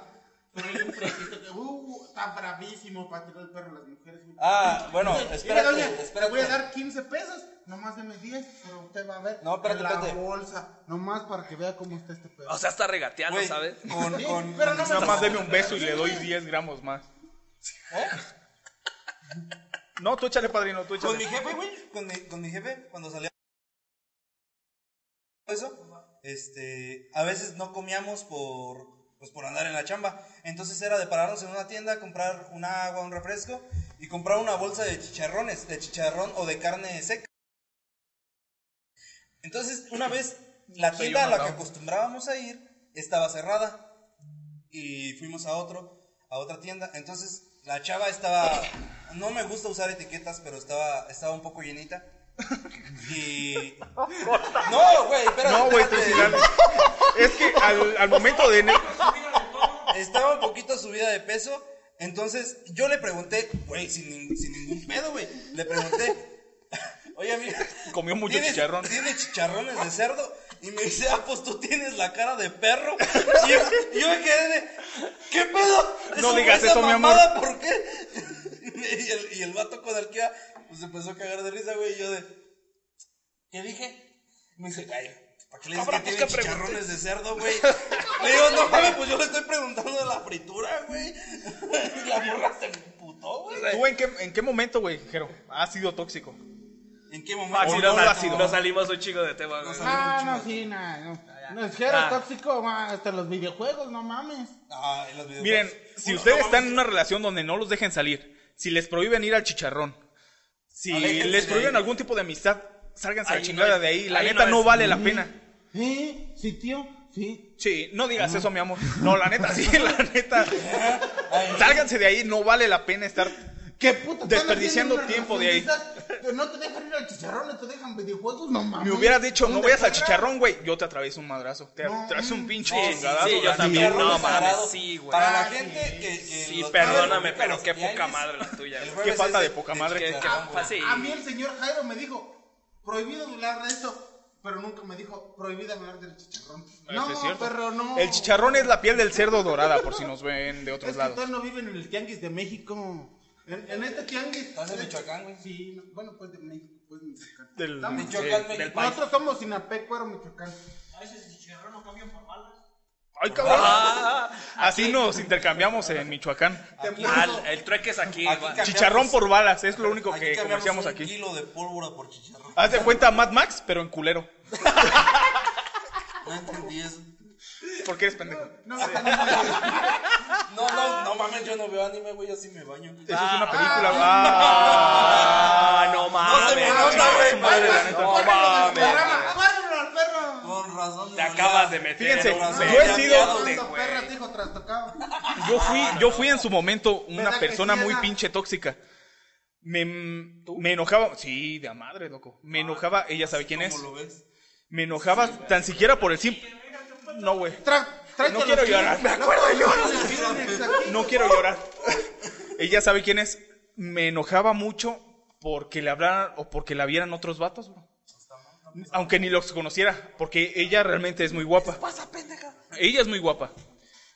Pero hay un pretito que, uh, está bravísimo para tirar el perro a las mujeres, güey.
Ah, bueno,
Dice,
espérate,
"Mire, doña,
espérate.
Le voy a dar 15 pesos, nomás deme 10, pero usted va a ver.
No, espérate,
en la
espérate.
bolsa, nomás para que vea cómo está este pedo.
O sea, está regateando,
Güey,
¿sabes?
Con,
Sí,
con,
pero no me
Nada más deme un beso y le doy 10 gramos más.
¿Eh?
No, tú échale, padrino, tú échale.
Con mi jefe, güey. Con mi, con mi jefe, cuando salía. Eso. Este. A veces no comíamos por. Pues por andar en la chamba. Entonces era de pararnos en una tienda, comprar un agua, un refresco. Y comprar una bolsa de chicharrones. De chicharrón o de carne seca. Entonces, una vez. La
Sí,
tienda a
yo
la
no
que
hablaba.
acostumbrábamos a ir estaba cerrada. y fuimos a otro, a otra tienda. Entonces, la chava estaba, no me gusta usar etiquetas, pero estaba, estaba un poco llenita. Y... No, güey, espérate.
No, güey,
espérate.
tú sí dale. Es que al, al momento de... ne-
Estaba un poquito subida de peso. Entonces, yo le pregunté, güey, sin, nin- sin ningún pedo, güey. Le pregunté, [laughs] oye, amiga,
Comió mucho
¿tienes-
chicharrón.
¿Tienes chicharrones de cerdo? Y me dice, ah, pues tú tienes la cara de perro. Y
[laughs]
yo, yo me quedé de, ¿qué pedo?
No
fue
digas
esa
eso, mi amor.
mamada, ¿Por qué? [laughs] Y el, y el vato con el que iba, pues se empezó a cagar de risa, güey. Y yo de, ¿qué dije? Y me dice, ay, ¿para qué le dices
Cabrón,
que tiene
pues, ¿qué pregunté?
chicharrones de cerdo, güey? Le digo, no mames, pues yo le estoy preguntando de la fritura, güey. [laughs] Y la morra se emputó, güey.
¿Tú en qué, en qué momento, güey, Jero? ¿Has sido tóxico?
¿En qué momento?
Maxi,
Olor
nos,
a
sal-
ácido.
nos salimos un chico de tema, güey.
Ah, no, sí, nada. No, no es que
Ah.
era tóxico, ma, hasta los videojuegos, no mames.
Ah, en los videojuegos.
Miren, si
Uno,
ustedes
no
están
mames,
en una relación donde no los dejen salir, si les prohíben ir al chicharrón, si
Aléjense
les
de
prohíben
ahí.
algún tipo de amistad, sálganse a la
Ahí no
chingada
es.
de ahí. La
Ahí
neta
no
no,
es.
vale la pena.
Mm. Sí, sí, tío, sí.
Sí, no digas eso, mi amor. No, la neta, sí, la neta. Sálganse de ahí, no vale la pena estar.
¿Qué puta? están haciendo
Desperdiciando
una
tiempo de ahí.
relación de esas? Pero No te dejan ir al chicharrón, no te dejan videojuegos, no mames.
Me hubieras dicho, no
¿Dónde
vayas al
perra?
chicharrón, güey. Yo te atravieso un madrazo. Te
No,
atravieso un pinche
sí, sí,
chingadazo.
sí, yo
la neta.
también,
perro
no, mames,
descarado.
sí, güey.
Para la
Ah,
gente que, que
Sí,
los-
perdóname,
ah,
pero
los
qué poca
tianguis,
madre la tuya,
el
güey.
jueves
falta
es
de poca madre.
chicharrón,
Qué
güey.
fácil.
A mí el señor Jairo me dijo, prohibido hablar de esto, pero nunca me dijo, prohibido hablar del chicharrón.
Eso
No,
Ah, es cierto.
perro, no.
El chicharrón es la piel del cerdo dorada, por si nos ven de
Es
otros
que
lados.
ustedes no viven en el tianguis de México. En, en este tianguis.
Estás en Michoacán, güey.
Sí, no, bueno, pues de México, pues Michoacán.
Del-
Estamos-
Michoacán,
sí,
México.
del país.
Nosotros somos Sinapecuaro, Michoacán.
A veces el chicharrón no cambian por malas.
Ay, cabrón.
Ah,
Así nos intercambiamos en Michoacán.
Te
Aquí-
muerdo.
Al- el trueque es aquí,
Aquí
va.
ca-
Chicharrón por balas, es lo único
Aquí
que
cambiamos
comerciamos
un
aquí.
kilo de pólvora
[laughs]
por chicharrón.
Haz de cuenta Mad Max, pero en culero.
No entendí eso.
Porque eres pendejo.
No,
No, no, no mames, yo no veo anime, güey, yo sí me baño.
Eso es una película. Ah,
Ah, no mames.
se me nota, güey,
madre, la neta.
No
no,
mames.
programa, ¡Córrelo al perro!
Con razón.
Te acabas de meter.
Fíjense,
en un
yo he
vergazo
sido-
de
Tanto
güey.
perra, te dijo trastocado.
Yo fui, yo fui en su momento una
¿Verdad que
persona
sí
muy
era?
pinche tóxica. Me, me enojaba, sí, de a madre, loco. Me enojaba, ella sabe quién es.
Ah. ¿Cómo lo ves?
Me enojaba tan siquiera por el simple. No, güey.
Tra- tráete
No quiero
los
llorar, me acuerdo yo.
chiles aquí.
No quiero llorar. Ella sabe quién es. Me enojaba mucho porque le hablaran o porque la vieran otros vatos, bro. Aunque ni los conociera, porque ella realmente es muy guapa. Ella es muy guapa.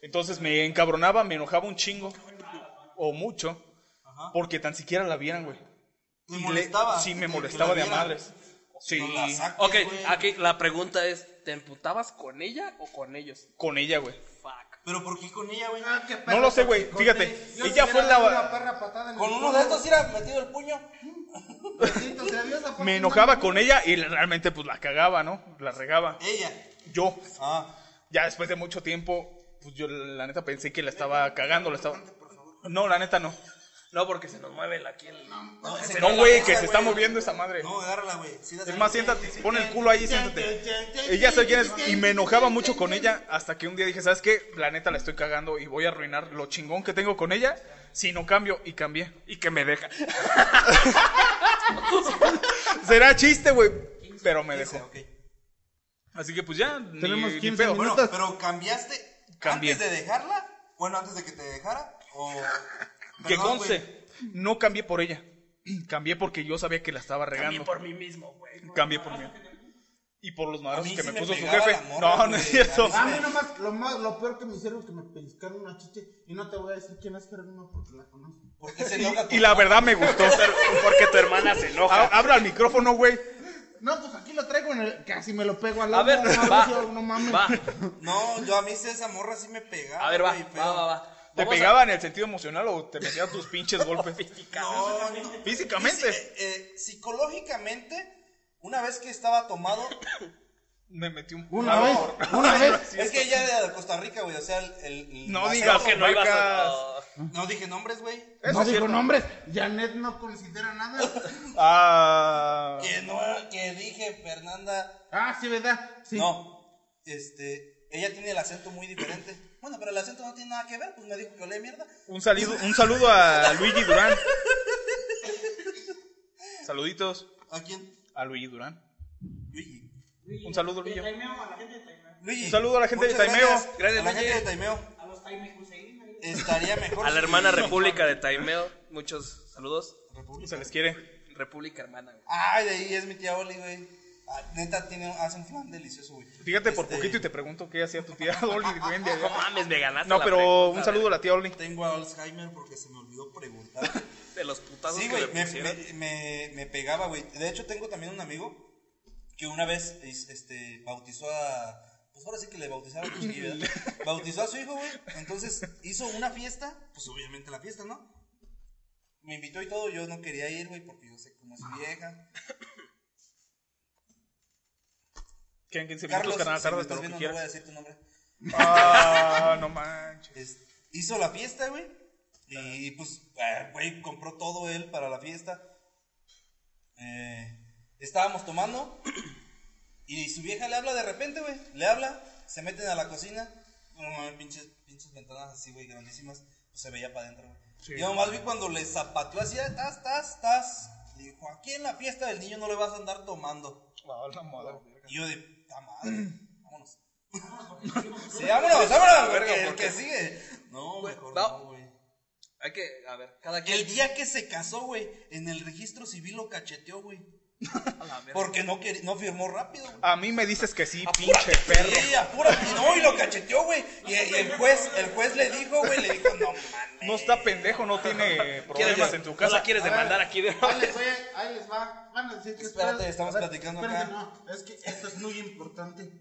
Entonces me encabronaba, me enojaba un chingo o mucho porque tan siquiera la vieran, güey.
¿Te
Y le-
molestaba?
Sí, me
Que- que
molestaba
la
de a
vieran.
madres. Sí.
No la saques,
Ok,
güey.
aquí la pregunta es, ¿te emputabas con ella o con ellos?
Con ella, güey.
Fuck.
Pero ¿por qué con ella, güey?
Ah, qué
No lo sé, güey,
perro,
fíjate,
chicote. Yo
ella
si hubiera
fue la-
dado una perra patada en el
Con uno
culo.
de estos, mira, metido el puño.
Bendito sea Dios, aparte
Me
no-
enojaba con ella y realmente pues la cagaba, ¿no? La regaba.
Ella.
Yo.
Ah.
ya después de mucho tiempo, pues yo la neta pensé que la estaba cagando, la estaba... No, la neta no.
No, porque se nos mueve la aquí el...
No, se
No,
me
güey,
la
que
mesa,
se está
güey.
moviendo esa madre.
No, agárrala, güey. Sí, la
Es más, siéntate, pon el culo ahí, siéntate. Ella sabe quién es, y me enojaba mucho con ella hasta que un día dije, ¿sabes qué? La neta la estoy cagando y voy a arruinar lo chingón que tengo con ella si no cambio y cambié.
Y que me deja.
[laughs] Será chiste, güey, pero me
Ese,
dejó.
ok.
Así que pues ya, ni-
Tenemos
ni
15
pedo.
minutos.
Bueno, pero cambiaste
Cambié.
antes de dejarla, bueno, antes de que te dejara, o...
Que
Perdón, güey.
conste, no cambié por ella. [clears throat] Cambié porque yo sabía que la estaba regando.
También por mí mismo, güey.
Cambié por mí. Y por los
A
madrazos
mí
que
sí
me
me
puso su
pegaba
jefe.
la morra,
No, no
güey.
es cierto.
A
A mí nomás, lo, más, lo peor que me hicieron que me pescaron una chiche y no te voy a decir quién es Jerónimo porque la conozco.
¿Por qué se enoja tu
Y la verdad me
[laughs]
gustó.
Porque tu hermana se
Ha-
enoja.
Habla al micrófono, güey.
No, pues aquí lo traigo en el... Casi me lo pego al lado.
A ver,
no,
va,
Mauricio, no mames.
va,
No, yo a mí sí, esa morra sí me pegaba.
a ver, va,
güey, pero-
va, va, va.
¿Te
Vamos a-
pegaba en el sentido emocional o te metía
[laughs]
tus pinches golpes? Físicamente.
Físi- eh, eh, psicológicamente, una vez que estaba tomado,
Me metí un
Una
Ah,
vez,
por-
una
no,
vez.
no es cierto.
es que ella era de Costa Rica, güey. O sea, el. el- el
No
macero-
digas
que no ibas a...
Vacas.
No dije nombres, güey.
Eso
no digo
es cierto.
nombres. Janet no considera nada.
Ah.
Que no, que dije Fernanda.
Ah, sí, ¿verdad? Sí.
No. Este. Ella tiene el acento muy diferente. Bueno, pero el acento no tiene nada que ver, pues me dijo que olé mierda. Pues,
Un, salido, un saludo a Luigi Durán. Saluditos
¿A quién?
a Luigi Durán.
Luigi.
Un saludo,
De
Lillo.
Taimeo, a la gente de Taimeo.
Luigi.
Un saludo a la gente de Taimeo.
Gracias,
Gracias,
a la
Luigi.
gente de Taimeo.
A los Taime Hussein. ahí.
[laughs]
Estaría mejor.
A la
si-
hermana República de Taimeo, muchos saludos.
Se les quiere.
República hermana. güey.
Ay, de ahí es mi tía Oli, güey. Ah, neta, tiene, hace un flan delicioso, güey.
Fíjate por
Este,
poquito y te pregunto qué hacía tu tía [laughs] Dolly. güey,
[laughs]
de allá.
No mames, me ganaste.
No,
la
pero
pregunta,
un saludo a la tía Dolly.
Tengo Alzheimer porque se me olvidó preguntar.
[laughs]
güey. De los putazos
sí,
que
güey,
le
me,
pusieron.
me- me- me pegaba, güey. De hecho, tengo también un amigo que una vez es- este, bautizó a. Pues ahora sí que le bautizaron a los chiquillos, ¿verdad? Bautizó a su hijo, güey. Entonces hizo una fiesta, pues obviamente la fiesta, ¿no? Me invitó y todo, yo no quería ir, güey, porque yo sé cómo es vieja.
Quedan 15 minutos,
Carlos,
carnal,
si me
tarde hasta
estás
lo que
viendo, no voy a
quieras.
decir tu nombre.
Ah,
[laughs]
no manches.
Es- hizo la fiesta, güey. Y pues, eh, güey, compró todo él para la fiesta. Eh, estábamos tomando. Y su vieja le habla de repente, güey. Le habla, se meten a la cocina. No mames, pinches, pinches ventanas así, güey, grandísimas. Pues se veía para adentro, güey.
Sí.
Yo nomás vi cuando le zapateó así, ah, tas, tas, tas. Le dijo, aquí en la fiesta del niño no le vas a andar tomando.
Ah, la madre.
Y yo de, puta madre, vámonos. [laughs] sí, vámonos,
Verga,
vámonos, porque el
¿por
que
qué?
sigue. No,
Güey,
mejor
no.
no, güey.
Hay que, a ver, cada
El
quien.
día que se casó, güey, en el registro civil lo cacheteó, güey.
A la verga.
Porque no, quer- no firmó rápido, güey.
A mí me dices que sí,
Apúrate,
pinche perro.
Sí, apúrate, y no, y lo cacheteó, güey. Y, y el juez, el juez le dijo, güey, le dijo, no mames.
No está pendejo, no tiene
¿Quieres
problemas en tu casa.
No la quieres
A ver,
demandar aquí de [laughs]
Ahí les, voy, ahí les va. Van a decir que
Espérate,
ustedes-
estamos
a ver,
platicando
espérense,
acá.
no, es que esto es muy importante.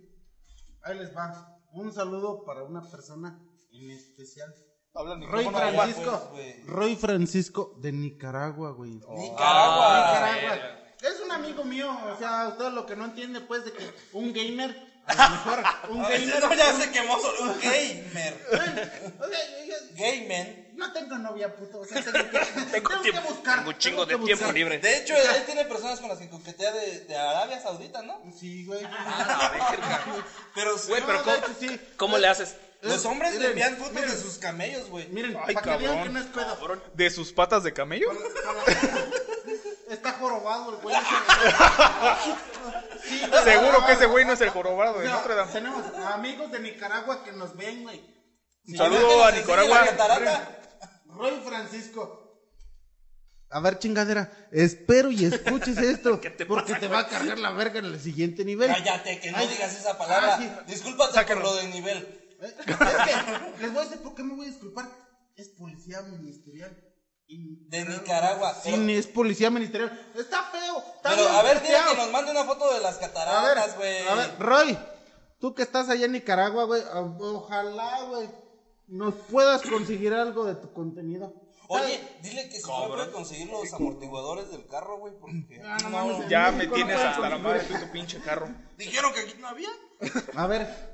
Ahí les va. Un saludo para una persona en especial.
Habla el
Roy
micrófono, agua.
Francisco.
pues, güey. Oh,
Roy Francisco de Nicaragua, güey.
Nicaragua.
Nicaragua. Es un amigo mío, o sea, usted lo que no entiende, pues, de que un gamer, a
[laughs]
lo mejor, un
A ver,
gamer.
no, ya se quemó solo un gamer.
Bueno, o sea, yo- yo-
Gay man.
no tengo novia, puto, o
[laughs]
sea, tengo que, tengo que
tiempo-
buscar.
tengo un chingo
tengo
de
que
tiempo
buscar.
libre.
De hecho, él tiene personas con las que coquetea de, de Arabia Saudita, ¿no?
Sí, güey. Ah,
Pero,
Güey, pero
No,
¿cómo,
de hecho, sí.
cómo le haces?
los hombres le
Miren,
envían fotos de sus camellos, güey.
Miren,
Ay,
para que vean
cabrón.
que no es pedo.
¿De sus patas de camello?
[laughs] Está jorobado
[laughs]
el güey. Sí,
Seguro que ese
jorobado.
güey no es el jorobado
O
de
sea,
Notre Dame.
Tenemos amigos de Nicaragua que nos ven, güey.
Un
Ahora que
saludo
nos
a
enseñe
Nicaragua.
la catarata.
Roy Francisco. A ver, chingadera, espero
[laughs]
y escuches esto,
¿Qué te
porque
pasa,
te va a cargar la verga en el siguiente nivel.
Cállate, que no
Ay,
digas esa palabra.
ah, sí.
Discúlpate
Sáquenlo.
por lo de nivel.
Eh, es que les voy a decir por qué me voy a disculpar. Es policía ministerial. Y-
De Nicaragua.
Sí,
Pero,
ni es policía ministerial. Está feo. Está
pero
bien
a ver, dile
puteado.
que nos mande una foto de las
A
cataratas, güey.
ver, a ver, Roy, tú que estás allá en Nicaragua, güey, o- ojalá, güey, nos puedas conseguir algo de tu contenido.
Oye, dile que si no puede conseguir los amortiguadores del carro, güey, porque...
Ah, no mames,
Ya
en
me
México no
tienes
pueden
hasta la
conseguir.
madre tú y tu pinche carro.
Dijeron que aquí no había.
A ver,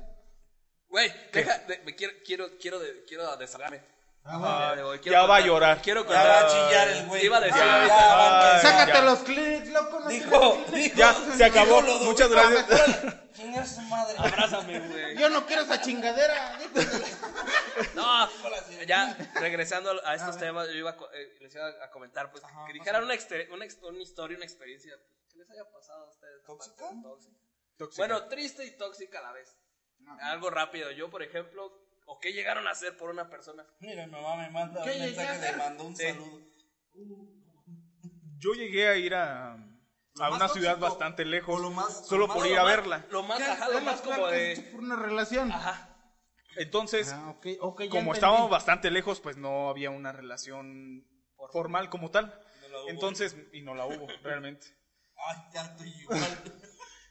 Güey, deja, de- me quiero, quiero, quiero, de- quiero desahogarme. Ah, de- quiero
ya va a
contar-
llorar.
Quiero
Ya va a
contar.
chillar el güey.
Iba a decir-
Ya,
ya,
va a
ay,
empezar.
sácate
ya.
los clics, loco. no
Dijo,
te-
dijo.
Ya, se acabó.
dijo lo de-
Muchas gracias.
¿Quién es su madre?
Abrázame, güey.
Yo no quiero esa chingadera.
[laughs] No, ya regresando a estos temas, yo iba a, co- eh, les iba a comentar, pues, que dijeran una, exter- una, ex- una historia, una experiencia pues, que les haya pasado a ustedes. aparte
¿Tóxica?
de tóxica. Bueno, triste y tóxica a la vez. Algo rápido. Yo, por ejemplo, ¿o qué llegaron a hacer por una persona?
Mira, mi mamá me manda
¿Qué
un
llegué a
mensaje, me
hacer?
mandó un saludo.
Yo llegué a ir a, a
más
una ciudad
tóxico,
bastante lejos,
o lo más-
solo
lo
por
más-
ir
Lo
a
más-
verla.
Lo más, ajá, lo más como de...
Por una relación.
Ajá.
Entonces,
Ah, ok, ok, ya
como
entendí.
estábamos bastante lejos, pues no había una relación formal como tal.
No la hubo.
Entonces, y no la
[laughs]
hubo, realmente.
Ay, ya estoy igual.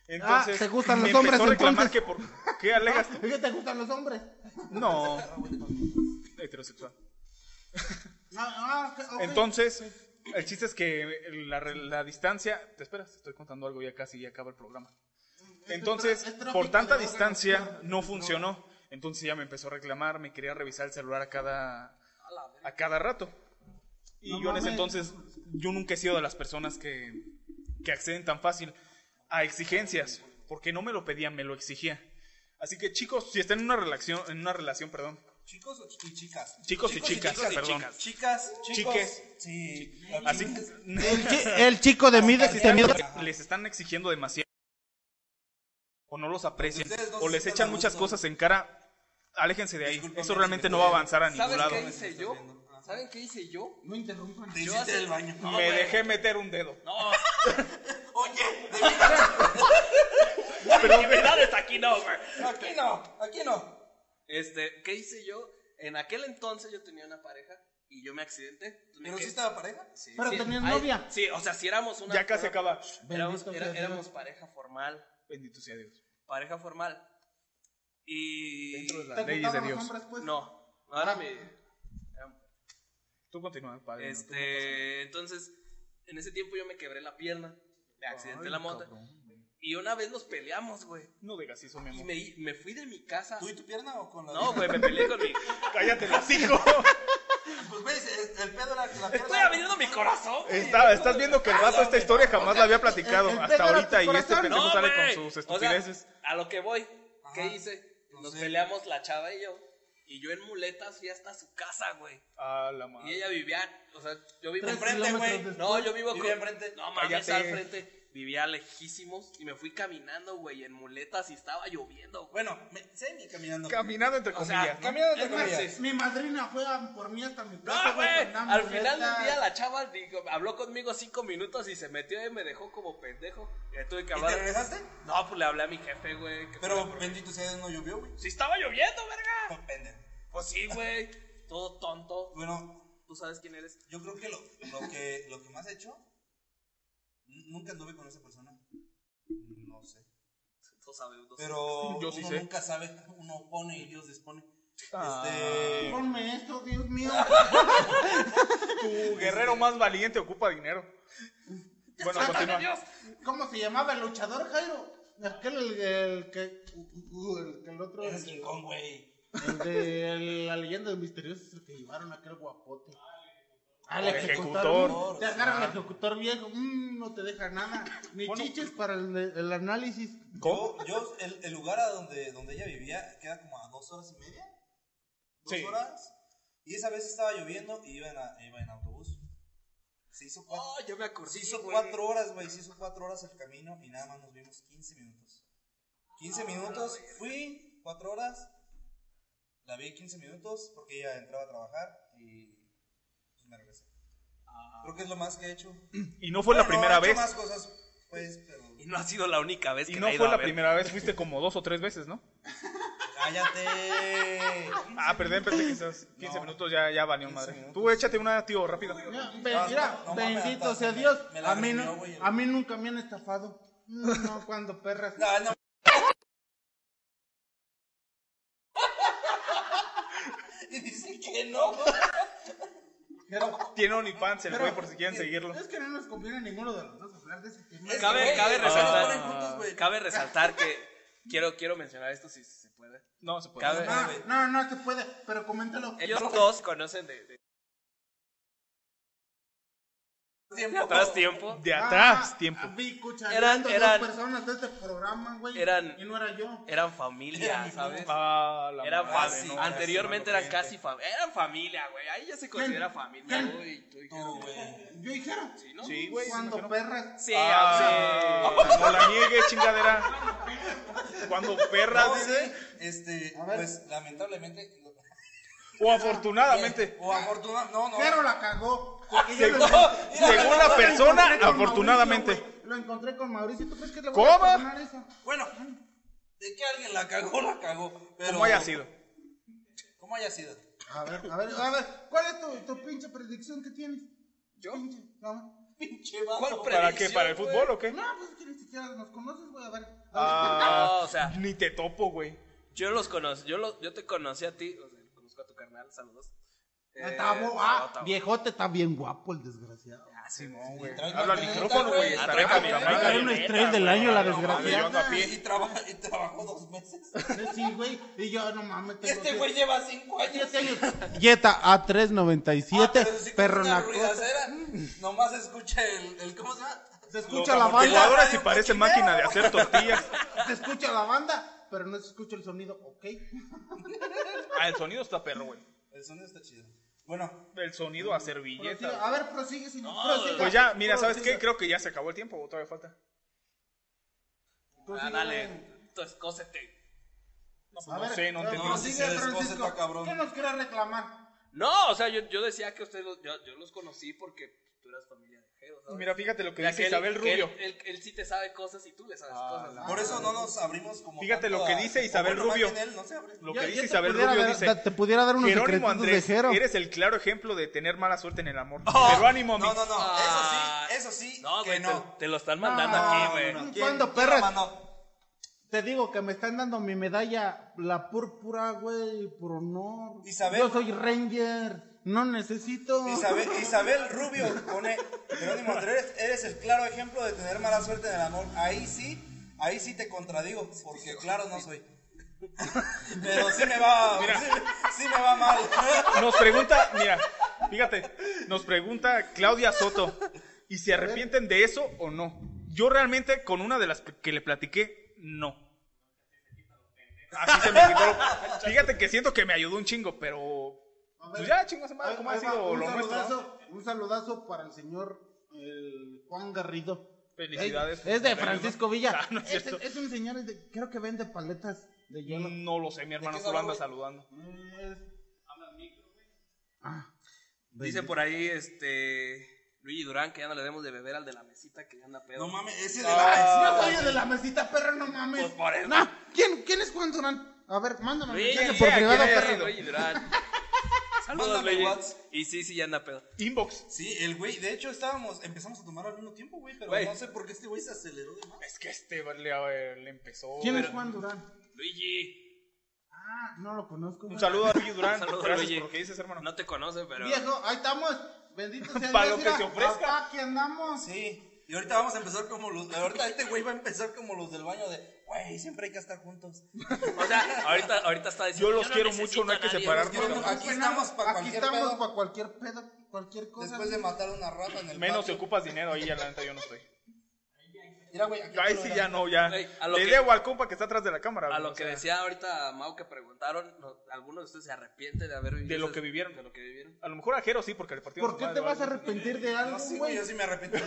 Entonces,
Ah, ¿te gustan
me
los hombres,
empezó a reclamar
entonces?
que por qué alegas tú?
Ah,
¿Por ¿Qué te gustan los hombres?
No. heterosexual.
Ah, ah, ok, ok.
Entonces, el chiste es que la, re- la distancia. Te esperas, estoy contando algo ya casi y acaba el programa. Entonces,
Es tráfico
por tanta
de drogas,
distancia
claro.
no funcionó. Entonces ella me empezó a reclamar, me quería revisar el celular a cada, a cada rato. Y
No
yo en
mames.
ese entonces, yo nunca he sido de las personas que, que acceden tan fácil a exigencias, porque no me lo pedía, me lo exigía. Así que chicos, si están en una relación, en una relación, perdón,
Chicos o ch- y chicas.
chicos, y chicas,
chicos y
perdón.
chicas.
Chicas, chicos.
Chiques.
Sí.
Así
Chiques.
[laughs] que
El, chi- el chico de mí de-
les
de
están,
mí-
Este les están exigiendo demasiado o no los aprecian
Ustedes no
o
se
les
sientan
echan
a
muchas
gusto.
cosas en cara. Aléjense de ahí.
Discúlpame,
Eso realmente
si
no
me
va a
puede-
avanzar a ningún
¿Saben
lado.
qué
me
hice
estás
yo?
viendo. Ajá.
¿Saben qué hice yo?
No interrumpan.
Te
Yo
hiciste
hace-
el baño.
No,
Me
güey.
dejé meter un dedo. [laughs]
No,
Oye,
pero mi verdad está aquí, no, güey.
aquí no, aquí no.
Este, ¿qué hice yo? En aquel entonces yo tenía una pareja y yo me accidenté. Entonces me
¿Pero
quedé-
sí estaba pareja?
Sí,
Pero
sí.
tenías
Ay,
novia.
Sí, o sea, si éramos una.
Ya casi
una-
acaba.
Éramos,
Bendito
era-
sea Dios.
éramos pareja formal.
Bendito sea Dios.
Pareja formal. Y.
Dentro de la-
¿Te
Leyes de
gustaban los
Dios.
hombres, pues?
No, ahora me.
Tú continúa, padre. no, tú no pasa nada.
Este, entonces, en ese tiempo yo me quebré la pierna. Me accidenté
Ay,
la moto.
cabrón.
Y una vez nos peleamos, güey.
No digas eso, mi
Y
amor.
me, me fui de mi casa.
¿Tú y tu pierna o con la
No, güey, me peleé con mi.
Cállate los hijos.
Pues ves, el- el pedo la, la pierna.
Estoy abriendo mi corazón. güey.
[laughs] Está- estás viendo que el vato esta historia jamás la había platicado
el- el
hasta
dedo era
ahorita
tu
y este
corazón.
pendejo
No,
sale
güey.
con sus
O sea,
estupideces.
a lo que voy. ¿Qué
Ajá.
hice?
No
Nos
sé.
peleamos la chava y yo. Y yo en muletas fui hasta su casa, güey.
A la
Y
madre.
ella vivía, o sea, yo vivo
Tres
enfrente,
kilómetros
güey.
después.
No, yo vivo
Vivía
con-
enfrente.
No mames,
Cállate.
al frente. Vivía lejísimos y me fui caminando, güey, en muletas y estaba lloviendo, güey.
Bueno, me, semi caminando.
Caminando entre
O sea,
comillas. ¿no?
caminando entre
es más,
comillas.
Mi madrina fue a por mí hasta mi
No, güey.
andaba
Al
en
final del
muletas.
día la chava digo, habló conmigo cinco minutos y se metió y me dejó como pendejo. Y le tuve que
¿Y
hablar.
te regresaste?
No, pues le hablé a mi jefe, güey. que fue la
Pero
pro-
bendito sea Dios, no llovió, güey.
Sí estaba lloviendo, verga.
Con pendejo.
Pues sí, güey. Todo tonto.
Bueno,
Tú sabes quién eres.
yo creo que lo, lo que lo que más he hecho. n- Nunca anduve con esa persona. No sé.
Tú sabes. no sé.
Pero
Yo sí
uno
sé.
nunca sabe, uno pone y Dios dispone.
Ah.
Este.
Ponme esto, Dios mío.
Tu guerrero más valiente ocupa dinero. Bueno, continúa.
¿Cómo se llamaba el luchador, Jairo? Aquel, el, el que. El que el otro.
Eres King Kong, güey.
El de la leyenda de misteriosos el que llevaron aquel guapote. Al
El ejecutor.
Te agarran al ejecutor viejo. mm, no te deja nada. Ni
Bueno.
chiches para el, el análisis.
Yo, yo el, el lugar a donde, donde ella vivía queda como a dos horas y media. Dos
Sí.
horas. Y esa vez estaba lloviendo y iba en, a- iba en autobús. Se hizo cuatro,
Oh, yo me acordé.
se hizo
güey.
cuatro horas, güey. Se hizo cuatro horas el camino y nada más nos vimos 15 minutos. 15
Ah,
minutos, fui, cuatro horas. La vi 15 minutos porque ella entraba a trabajar y pues me regresé.
Ah.
Creo que es lo más que he hecho.
Y no fue la
Bueno, he
primera
hecho
vez.
más cosas, pues, pero...
Y no ha sido la única vez que
Y
me
no
ha ido
fue
a
la
ver.
primera vez, fuiste como dos o tres veces, ¿no?
¡Cállate!
Ah, perdón, pensé que [laughs] esas 15
No.
minutos ya, ya valió madre.
minutos.
Tú échate una, tío, rápido.
Mira, ve-
Ah,
mira,
no mames,
bendito
hasta
sea
me-
Dios.
me la
a, mí
grindió,
no,
güey.
a mí nunca me han estafado.
[laughs]
No, no, cuando perras.
[laughs] No, [laughs] no. y dice que no.
Pero,
Tiene OnlyFans el
pero-
güey, por si quieren
es-
seguirlo.
Es que no nos conviene a ninguno de los dos hablar de ese tema.
Es-
Cabe,
Güey,
cabe
ah.
resaltar.
Ponen juntos, güey.
cabe resaltar que quiero, quiero mencionar esto si, si se puede.
Pues No, se puede.
Cabe-
No, no, no se puede, pero coméntalo.
Ellos dos conocen de, de- de atrás tiempo.
De atrás,
Ah,
tiempo.
Vi
Eran-
eran,
eran-
dos personas de este programa, güey.
eran-
Y no era yo.
Eran
Era
familia,
mi
¿sabes?
Ah, la
Eran
madre,
fami-
no,
sí,
Anteriormente
no,
eran casi familia. Eran familia, güey. Ahí ya se considera familia.
Ven.
Uy, tú y
Tú, güey.
Yo dijeron.
Sí, ¿no?
Sí, güey.
cuando
me imagino.
perras.
Sí,
Ah,
sí.
No la niegues, chingadera. Cuando perra,
No,
dice.
sí, este,
A ver.
pues lamentablemente. lo-
O afortunadamente.
O afortunadamente. No, no.
Pero la cagó. porque yo
Según-
lo encontré-
según
yo lo
la
encontré
persona,
con Mauricio,
afortunadamente.
güey. Lo encontré con Mauricio. ¿Tú crees que le voy a
¿Cómo?
perdonar eso?
Bueno, de que alguien la cagó, la cagó. Pero,
Como haya sido.
¿Cómo haya sido?
A ver, a ver, a ver. ¿Cuál es tu, tu pinche predicción que tienes? ¿Yo? Pinche, no.
Pinche vato.
¿Cuál pre-
¿Para qué? ¿Para el
Predicción,
fútbol o qué?
No, pues es que ni siquiera nos conoces, güey. A ver. A ver.
Ah,
No, o sea.
Ni te topo, güey.
Yo los conocí, yo, los- yo te conocí a ti, o sea, conozco a tu carnal, saludos. Eh,
Tabo, ah,
Tabo.
viejote está bien guapo el desgraciado.
Ah, Simón, güey.
trae
Habla al
camioneta,
micrófono, güey.
güey.
está
Ah, trae
acá,
camioneta,
mira,
trae un
camioneta,
estrés del
güey,
año, la
no mames,
desgraciada.
yo ando a pie.
Y, traba- y trabajó dos
[laughs]
meses.
Sí, güey. Y yo, no mames. tengo
Este
que-
güey lleva cinco años.
siete años. Jetta
Ah,
A397,
pero sí que
perro
es una
naco.
ruidacera. Nomás escucha el, el- ¿Cómo se llama?
Se escucha la banda,
Amortiguadoras y parece máquina de hacer tortillas.
se escucha la banda, pero no se escucha el sonido, ok.
Ah, el sonido está perro, güey.
El sonido está chido. Bueno,
El sonido a servilleta.
Prosiga, A ver, prosigue, señor.
Pues ya, mira, ¿sabes qué? Creo que ya se acabó el tiempo, o todavía falta.
Ah, dale. Entonces, cósete.
No, pues, no sé, no te
no, sí,
Prosigue,
se descoce,
Francisco.
está cabrón.
¿Qué nos quiere reclamar?
No, o sea, yo, yo decía que ustedes los, yo, yo los conocí porque tú eras familia de Jero, ¿sabes?
Mira, fíjate lo que
Mira,
dice
él-
Isabel
que él-
Rubio. Ah,
Él, él sí te sabe cosas y tú le sabes cosas. ¿no?
por eso no nos abrimos como.
Fíjate
tanto
lo que
a-
dice
o
Isabel
bueno, más
Rubio.
bien él no se abre.
Lo
Ya-
que
ya
dice
te
Isabel
pudiera
Rubio
dar-
dice:
da- te pudiera dar unos
Jerónimo
secretitos de
Andrés,
Jero.
eres el claro ejemplo de tener mala suerte en el amor. Pero ánimo,
No,
amigo.
no, no.
Ah.
Eso sí, eso sí.
No,
que
güey,
no.
te, te lo están mandando
Ah,
Ah,
aquí,
No, no,
güey.
no, no.
¿Quién-
¿Cuándo,
quién
perras?
la mandó?
Te digo que me están dando mi medalla, la púrpura, güey, por honor.
Isabel.
Yo soy ranger, no necesito.
Isabel, Isabel Rubio pone, Jerónimo Andrés, eres el claro ejemplo de tener mala suerte en el amor. Ahí sí, ahí sí te contradigo, porque claro no soy. Pero sí me va, sí, sí me va mal.
Nos pregunta, mira, fíjate, nos pregunta Claudia Soto, ¿y se arrepienten de eso o no? Yo realmente con una de las que le platiqué, no. Así se me quitó. lo- Fíjate que siento que me ayudó un chingo, pero pues ya, chingo,
Ahí-
madre, ¿cómo ha
ahí va,
sido
un
lo nuestro?
saludazo,
no?
Un saludazo para el señor el Juan Garrido.
Felicidades.
Es, es de Francisco Villa.
[laughs] Ah, no es
es,
cierto. Mm.
es un señor, es de- creo que vende paletas de hielo.
No lo sé, mi hermano solo anda saludando.
Es- Ah,
Dice por ahí, este. Luigi Durán que ya no le demos de beber al de la mesita que ya anda pedo.
No mames, ese de
Ay,
la...
si no soy el de la mesita, perro, no mames.
Pues por eso.
No, ¿quién, ¿Quién es Juan Durán? A ver, mándame
Luigi, sí,
mensaje por
aquí
privado,
hay
haya
perro.
ido.
Luigi
[laughs]
Durán. Saludos,
Mándame
Luigi.
whats.
Y sí, sí, ya anda pedo.
Inbox.
Sí, el güey, de hecho estábamos, empezamos a tomar al mismo tiempo, güey, pero
Güey.
no sé por qué este güey se aceleró de más.
Es que este le, le empezó.
¿Quién es
pero-
Juan Durán?
Luigi.
Ah, no lo conozco.
Un
güey.
saludo a Luigi Durán.
Saludos,
Gracias
Luigi.
por lo que dices, hermano.
No te conoce, pero.
Viejo, ahí estamos. Bendito
[laughs]
sea
Para
Dios,
lo que
mira,
se ofrezca.
Acá que andamos.
Sí, y ahorita vamos a empezar como los, ahorita este güey va a empezar como los del baño de, güey, siempre hay que estar juntos.
O sea, ahorita, ahorita está diciendo.
Yo los
no
quiero
necesito
mucho, no hay
a
que
nadie,
separarnos,
los quiero-
cabrón. Aquí estamos pa'
Aquí
cualquier
estamos
pedo.
para cualquier pedo, cualquier cosa.
Después de matar a una rata en el
Menos te
patio.
ocupas dinero ahí, ya la neta yo no estoy.
Mira, güey, aquí
Ahí
lo
sí
grabé.
ya no, ya.
Ey, a lo
Le
que-
debo al compa que está atrás de la cámara.
A
güey,
lo
o
que
sea,
decía ahorita Mau que preguntaron, no, ¿alguno de ustedes se arrepiente de haber vivido?
De lo
esas-
que vivieron.
De lo que vivieron.
A lo mejor a Jero sí, porque le partimos.
¿Por qué
su
te
madre,
vas a
¿vale?
arrepentir de
No,
algo,
sí, güey,
güey?
yo sí me arrepiento.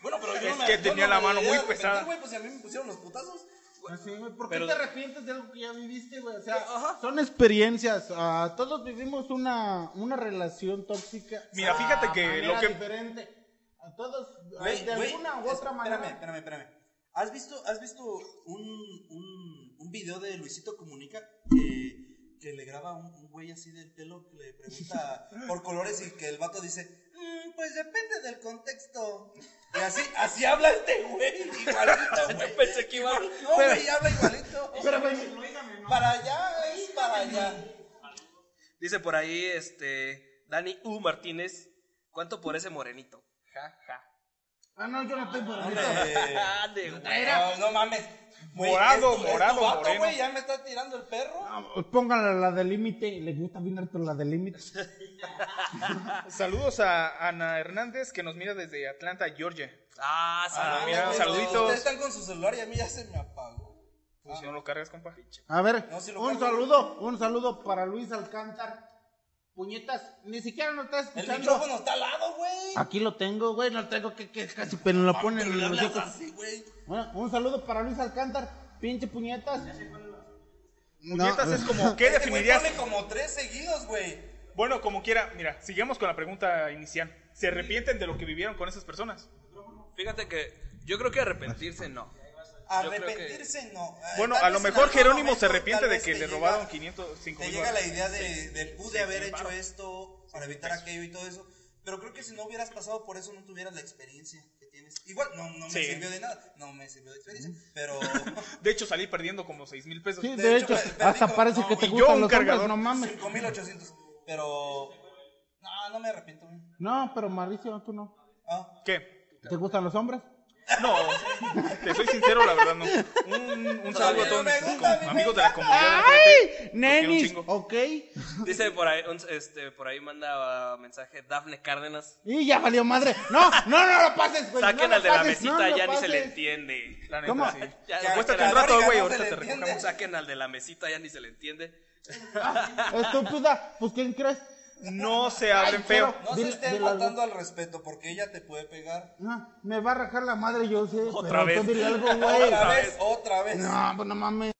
bueno, pero yo no
Es
me,
que
yo no
tenía
me
la mano
debería
muy
arrepentir,
pesada.
güey, pues a mí me pusieron los putazos.
Así, güey, ¿Por
Pero-
qué te arrepientes de algo que ya viviste, güey? O sea, son experiencias. ah, todos vivimos una, una relación tóxica.
Mira,
a
fíjate que
manera
lo que-
diferente. A todos, ah,
Güey,
de
güey,
alguna u
es-
otra
Espérame,
manera.
espérame, espérame. ¿Has visto, has visto un, un, un video de Luisito Comunica que, que le graba un, un güey así del pelo que le
[laughs]
pregunta por colores y que el vato dice, "Mm, pues depende del contexto? Y así, así habla este güey,
[laughs]
igualito, güey.
Pensé que iba.
No, güey, habla igualito.
Pero, güey,
Para allá es para allá.
Dice por ahí, este. Dani U. Martínez. ¿Cuánto por ese morenito? Ja, ja. Ah,
Ah, no, yo no estoy por Eh,
Ande, güey.
No, no mames. Güey,
Morado,
es tu- es tu
morado,
vato,
moreno.
güey, ya me está tirando el perro.
Ah, Póngala la de límite. Le gusta bien harto la de límite.
Saludos a Ana Hernández que nos mira desde Atlanta, Georgia.
Ah,
Ah, mira,
Mames,
saluditos.
Ustedes están con su celular y a mí ya se me apagó.
Pues,
Ah.
Si no lo cargas, compa.
A ver,
No, si lo
un
cargo.
saludo, un saludo para Luis Alcántar. Puñetas, ni siquiera nos estás
El
escuchando.
micrófono está al lado, güey.
Aquí lo tengo, güey, no tengo que, que casi, pero lo ponen
Pero
en
le
los
hablas
ojos.
así, güey.
Bueno, un saludo para Luis Alcántar, pinche puñetas. No,
Puñetas es
[laughs]
como, ¿qué
Este güey
definirías?
pone como tres seguidos, güey.
Bueno, como quiera, mira, sigamos con la pregunta inicial. ¿Se arrepienten de lo que vivieron con esas personas?
Fíjate que yo creo que arrepentirse no.
Arrepentirse no. Eh,
Bueno,
tal
a lo
vez en
mejor
algún
Jerónimo
momento,
se
tal
arrepiente de
vez
que
te
le
llega-
robaron 500, 5
Te
mil
llega la
dólares.
idea de, de pude
sí,
haber
sí,
hecho
varo.
esto para evitar aquello y todo eso. Pero creo que si no hubieras pasado por eso, no tuvieras la experiencia que tienes. Igual, no, no me
Sí.
sirvió de nada. No me sirvió de experiencia. Pero. [laughs]
De hecho, salí perdiendo como 6 mil pesos.
Sí,
de
de
hecho,
hecho,
pe-
hasta
perdigo-
parece
no,
que te
y yo
gustan
un
los
cargador.
hombres, no mames.
5800. Pero. no me arrepiento, güey.
No, pero Mauricio, tú no.
Ah,
¿Qué?
¿Te gustan los hombres?
No, te soy sincero, la verdad, no. Un, un saludo a todos
me
mis
gusta,
com-
me
amigos de la comunidad
¡Ay!
LGBT.
¡Nenis!
Los quiero un chingo.
Ok.
Dice por ahí, un- este, por ahí manda uh, mensaje Dafne Cárdenas.
Y ya valió madre. No, no, no lo pases, güey.
Saquen
Pues no
al
lo
de la
pases,
mesita,
no lo
ya ni se le
pases.
entiende.
La neta,
¿Cómo?
sí.
Ya,
Ya,
Acuéstate
ya,
un rato,
ya
güey,
no
ahorita
se
te
le
recogemos.
entiende.
Saquen al de la mesita, ya ni se le entiende.
Estúpida, pues ¿quién crees?
No se hablen
Ay,
feo.
pero-
no
Dile-
se estén
dile algo.
faltando al respeto porque ella te puede pegar.
No, me va a rajar la madre, yo sé.
Otra
pero
vez.
Tú dile algo,
Otra
güey.
vez, otra vez.
No, pues no mames.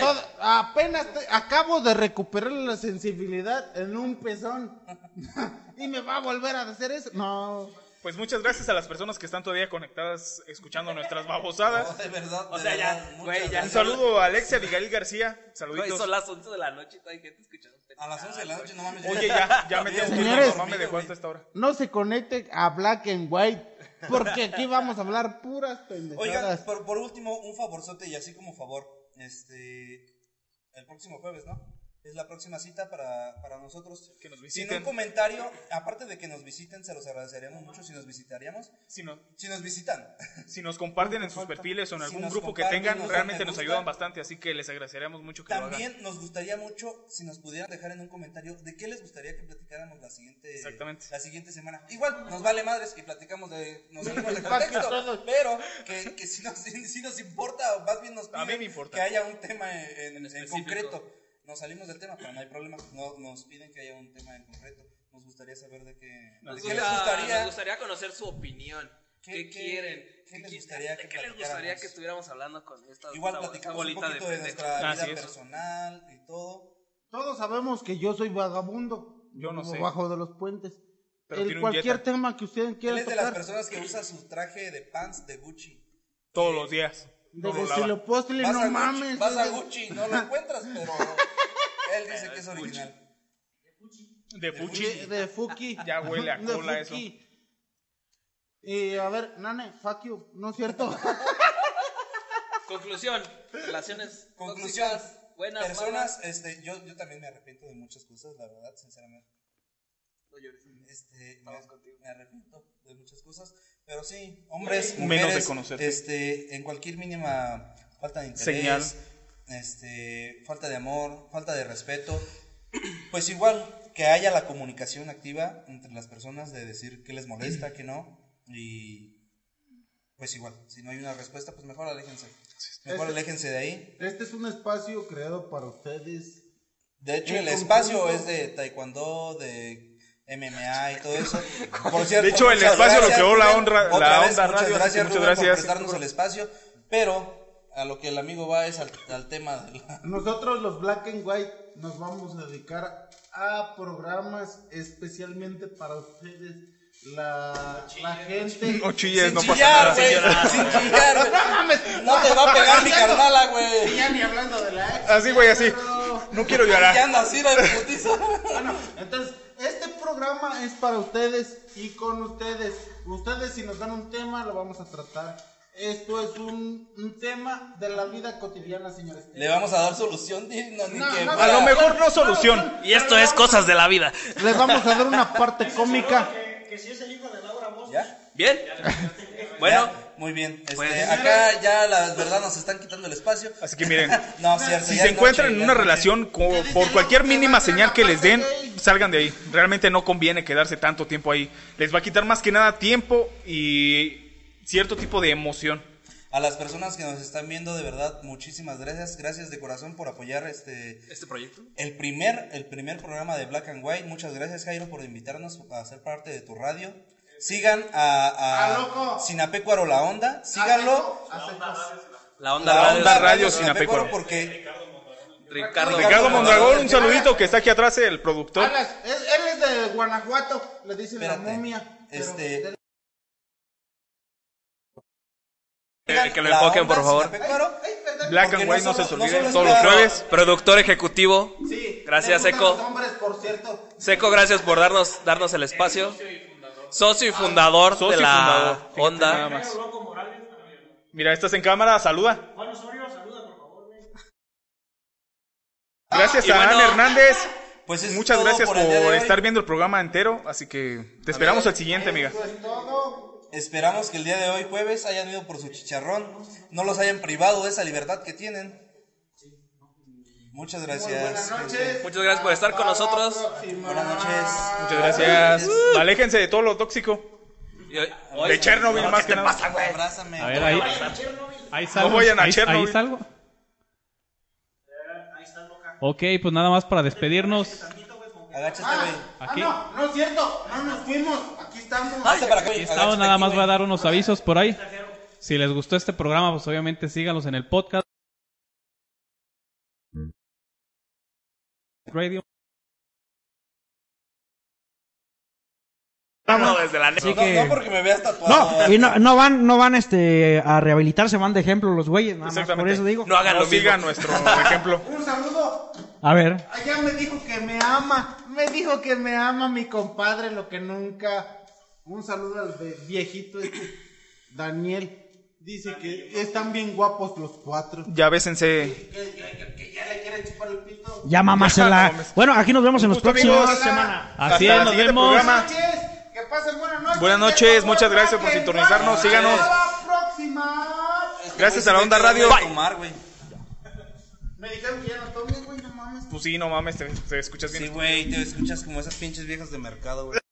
Todo- apenas te- acabo de recuperar la sensibilidad en un pezón. [laughs] y me va a volver a hacer eso. No.
Pues muchas gracias a las personas que están todavía conectadas escuchando nuestras babosadas.
No, de verdad.
O
de
sea, ya,
verdad,
güey,
muchas
ya.
Un
gracias.
saludo a Alexia Abigail García.
Güey,
Saluditos.
son las 11 de la noche y todavía hay gente escuchando. este
A las 11 de la noche, no mames. [laughs]
Oye, ya, ya me tengo que ir.
Señores.
Mi mamá me dejó hasta esta hora.
No se conecte a Black and White. Porque aquí vamos a hablar puras
Oigan,
pendejadas.
por, por último, un favorzote y así como favor. Este. El próximo jueves, ¿no? Es la próxima cita para, para nosotros.
Que nos
Sin un
visiten.
comentario, aparte de que nos visiten, se los agradeceríamos mucho si nos visitaríamos.
Si, no-
Si nos visitan.
si nos comparten en sus perfiles o en
Si
algún
nos
grupo que
comparten,
tengan,
nos dan me
realmente nos
gusta.
ayudan bastante. Así que les agradeceríamos mucho que lo hagan.
También nos gustaría mucho si nos pudieran dejar en un comentario de qué les gustaría que platicáramos la siguiente,
Exactamente.
La siguiente semana. Igual, nos vale madres y platicamos de, nos
[laughs]
salimos de
Exacto,
contexto,
todos.
pero que, que si, nos, [laughs] si nos importa, o más bien nos
A
piden
mí me importa.
que haya un tema en,
En
en- en
específico.
concreto. Nos salimos del tema, pero no hay problema. No, nos piden que haya un tema en concreto. Nos gustaría saber de qué,
Nos
de qué les
gusta-
gustaría.
Nos gustaría conocer su opinión. ¿Qué,
¿Qué- qué-
quieren?
qué les
qui-
gustaría
¿De
que
qué les gustaría
platicáramos?
que estuviéramos hablando con esta,
Igual
esta- esta
platicamos un poquito de,
pendejos?
nuestra
Así
vida
es.
personal y todo.
Todos sabemos que yo soy vagabundo.
Yo no
vivo
sé.
Bajo de los puentes.
Pero
El
tiene un
cualquier
Jetta.
tema que ustedes
Él
quieran
es de las
tocar.
personas que usa su traje de pants de Gucci.
Todos los días. No lo
Desde
lavan.
Silopostli,
Vas a
no
Gucci-
mames.
Vas a
desde-
Gucci, no lo encuentras,
[laughs]
pero él dice que es original.
De
De,
Puchi.
de Fuki.
Ya huele a
[laughs] De
cola
Fuki. Y a ver, Nane, fuck you, ¿no es cierto?
Conclusión. Relaciones
Conclusión.
tóxicas, buenas, malas.
Personas, este, yo, yo también me arrepiento de muchas cosas, la verdad, sinceramente.
No llores.
Este, me,
Estamos contigo.
me arrepiento de muchas cosas, pero sí, hombres,
Menos
mujeres,
de conocerte.
este, en cualquier mínima falta de interés,
Señal.
este, falta de amor, falta de respeto, pues igual que haya la comunicación activa entre las personas de decir qué les molesta, qué no, y pues igual, si no hay una respuesta, pues mejor aléjense, mejor aléjense de ahí.
[laughs] Este es un espacio creado para ustedes.
De hecho,
En
el espacio
conjunto.
es de taekwondo, de MMA y todo eso. Por cierto,
De hecho, el
muchas
espacio lo
gracias,
creó la
Rubén.
honra-
Otra
la
vez,
onda
muchas
radio, así que
Gracias,
muchas
Rubén,
gracias.
por prestarnos el espacio. Pero a lo que el amigo va es al, al tema de la-
Nosotros los Black and White nos vamos a dedicar a programas especialmente para ustedes. La, la gente...
No chilles, no
Sin
pasa
chillar,
nada.
güey. Sin chillar, güey. No te va a pegar mi carnala, güey.
Ya ni hablando de la ex.
Así, güey, así.
Pero-
No quiero
Ya
llorar.
nací la putiza.
Bueno, entonces, este programa es para ustedes y con ustedes. Ustedes si nos dan un tema, lo vamos a tratar. Esto es un, un tema de la vida cotidiana, señores.
Le vamos a dar solución, ni, no, ni que
A
fuera.
lo mejor no solución.
Y esto es cosas de la vida.
Les vamos a dar una parte cómica.
Que, que si es el hijo de Laura Bozo.
¿Ya?
Bien. Bueno,
Ya, muy bien. Este,
Pues-
acá ya la verdad nos están quitando el espacio.
Así que miren,
[laughs] No, cierto,
si
ya
se
es
encuentran
noche,
en
ya
una
es noche.
relación co- por cualquier mínima señal que les den, salgan de ahí. Realmente no conviene quedarse tanto tiempo ahí. Les va a quitar más que nada tiempo y cierto tipo de emoción.
A las personas que nos están viendo, de verdad, muchísimas gracias. Gracias de corazón por apoyar este
este proyecto.
el primer, el primer programa de Black and White. Muchas gracias, Jairo, por invitarnos a ser parte de tu radio. Sigan a, a
¡Ah, loco! Ah,
Sinapecuaro La Onda. Síganlo.
La onda,
La
radio,
Onda
Radio
Radio
Sinapecuaro.
Sinapecuaro porque
Ricardo,
Ricardo Mondragón, un
Mondragón.
saludito que está aquí atrás, el productor.
Alas, es- él es de Guanajuato, le dicen la
Espérate,
momia. pero
este-
Eh, que lo
La
enfoquen,
Onda
por favor.
Sinapecuaro.
Ay, perdón.
Black
porque
and
no
White no se
solo- no solo
olviden todos los
está-
jueves.
Productor ejecutivo.
Sí,
Gracias,
le gustan
Eco.
los hombres, por cierto.
Seco, gracias por darnos, darnos el espacio. Socio y fundador
Socio
de
y fundador,
la
fíjate nada
onda.
más. Mira, estás en cámara, saluda.
Juan Osorio, saluda por favor, güey.
Gracias
Y
a
Ah,
bueno.
Ana Hernández,
Pues es
Muchas
todo
gracias por,
por el día de hoy.
estar viendo el programa entero, así que te esperamos al siguiente, amiga.
Eso es todo.
Esperamos que el día de hoy, jueves, hayan ido por su chicharrón, no los hayan privado de esa libertad que tienen. Muchas gracias.
Buenas noches.
Muchas gracias por estar con
Hasta la
nosotros.
próxima.
Buenas noches.
Muchas gracias. Aléjense de todo lo tóxico.
Y hoy- hoy-
De Chernobyl, más que nada.
Abrázame.
A ver, ahí, ahí salgo.
vayan a
ahí, ahí
Chernobyl.
salgo. Ok, pues nada más para despedirnos.
Agáchate,
Ah,
güey.
ah,
Aquí.
no, no es cierto. No nos fuimos. Aquí estamos.
Hazte para acá,
Aquí
güey.
estamos,
Agáchate
nada
aquí,
más
güey.
voy a dar unos avisos por ahí. Si les gustó este programa, pues obviamente síganos en el podcast. Radio.
Vámonos desde la
Así
No,
que
no porque me veas tatuado.
No, y no, no van, no van este, a rehabilitarse, van de ejemplo los güeyes, nada más por
Exactamente.
eso digo.
No hagan lo mismo.
sigan nuestro ejemplo.
Un saludo.
A ver,
Allá me dijo que me ama. Me dijo que me ama mi compadre, lo que nunca. Un saludo al ve- viejito este, [coughs] Daniel. Dice que están bien guapos los cuatro.
Ya bésense. [laughs]
Ya mamársela.
No, mames.
bueno, aquí nos vemos en los
Gusto,
próximos
amigos.
semana.
Hasta
así es,
el
nos
siguiente
vemos.
programa.
Que pasen buenas noches.
Buenas noches, muchas gracias por sintonizarnos, síganos.
Hasta la próxima.
Este
Gracias
güey
a la
se
Onda
cree que
Radio.
voy a
Bye.
tomar, güey.
Me dijeron que ya no tomes, güey, no mames.
Pues sí, no mames, te, te escuchas bien.
Sí, güey, te escuchas como esas pinches viejas de mercado, güey.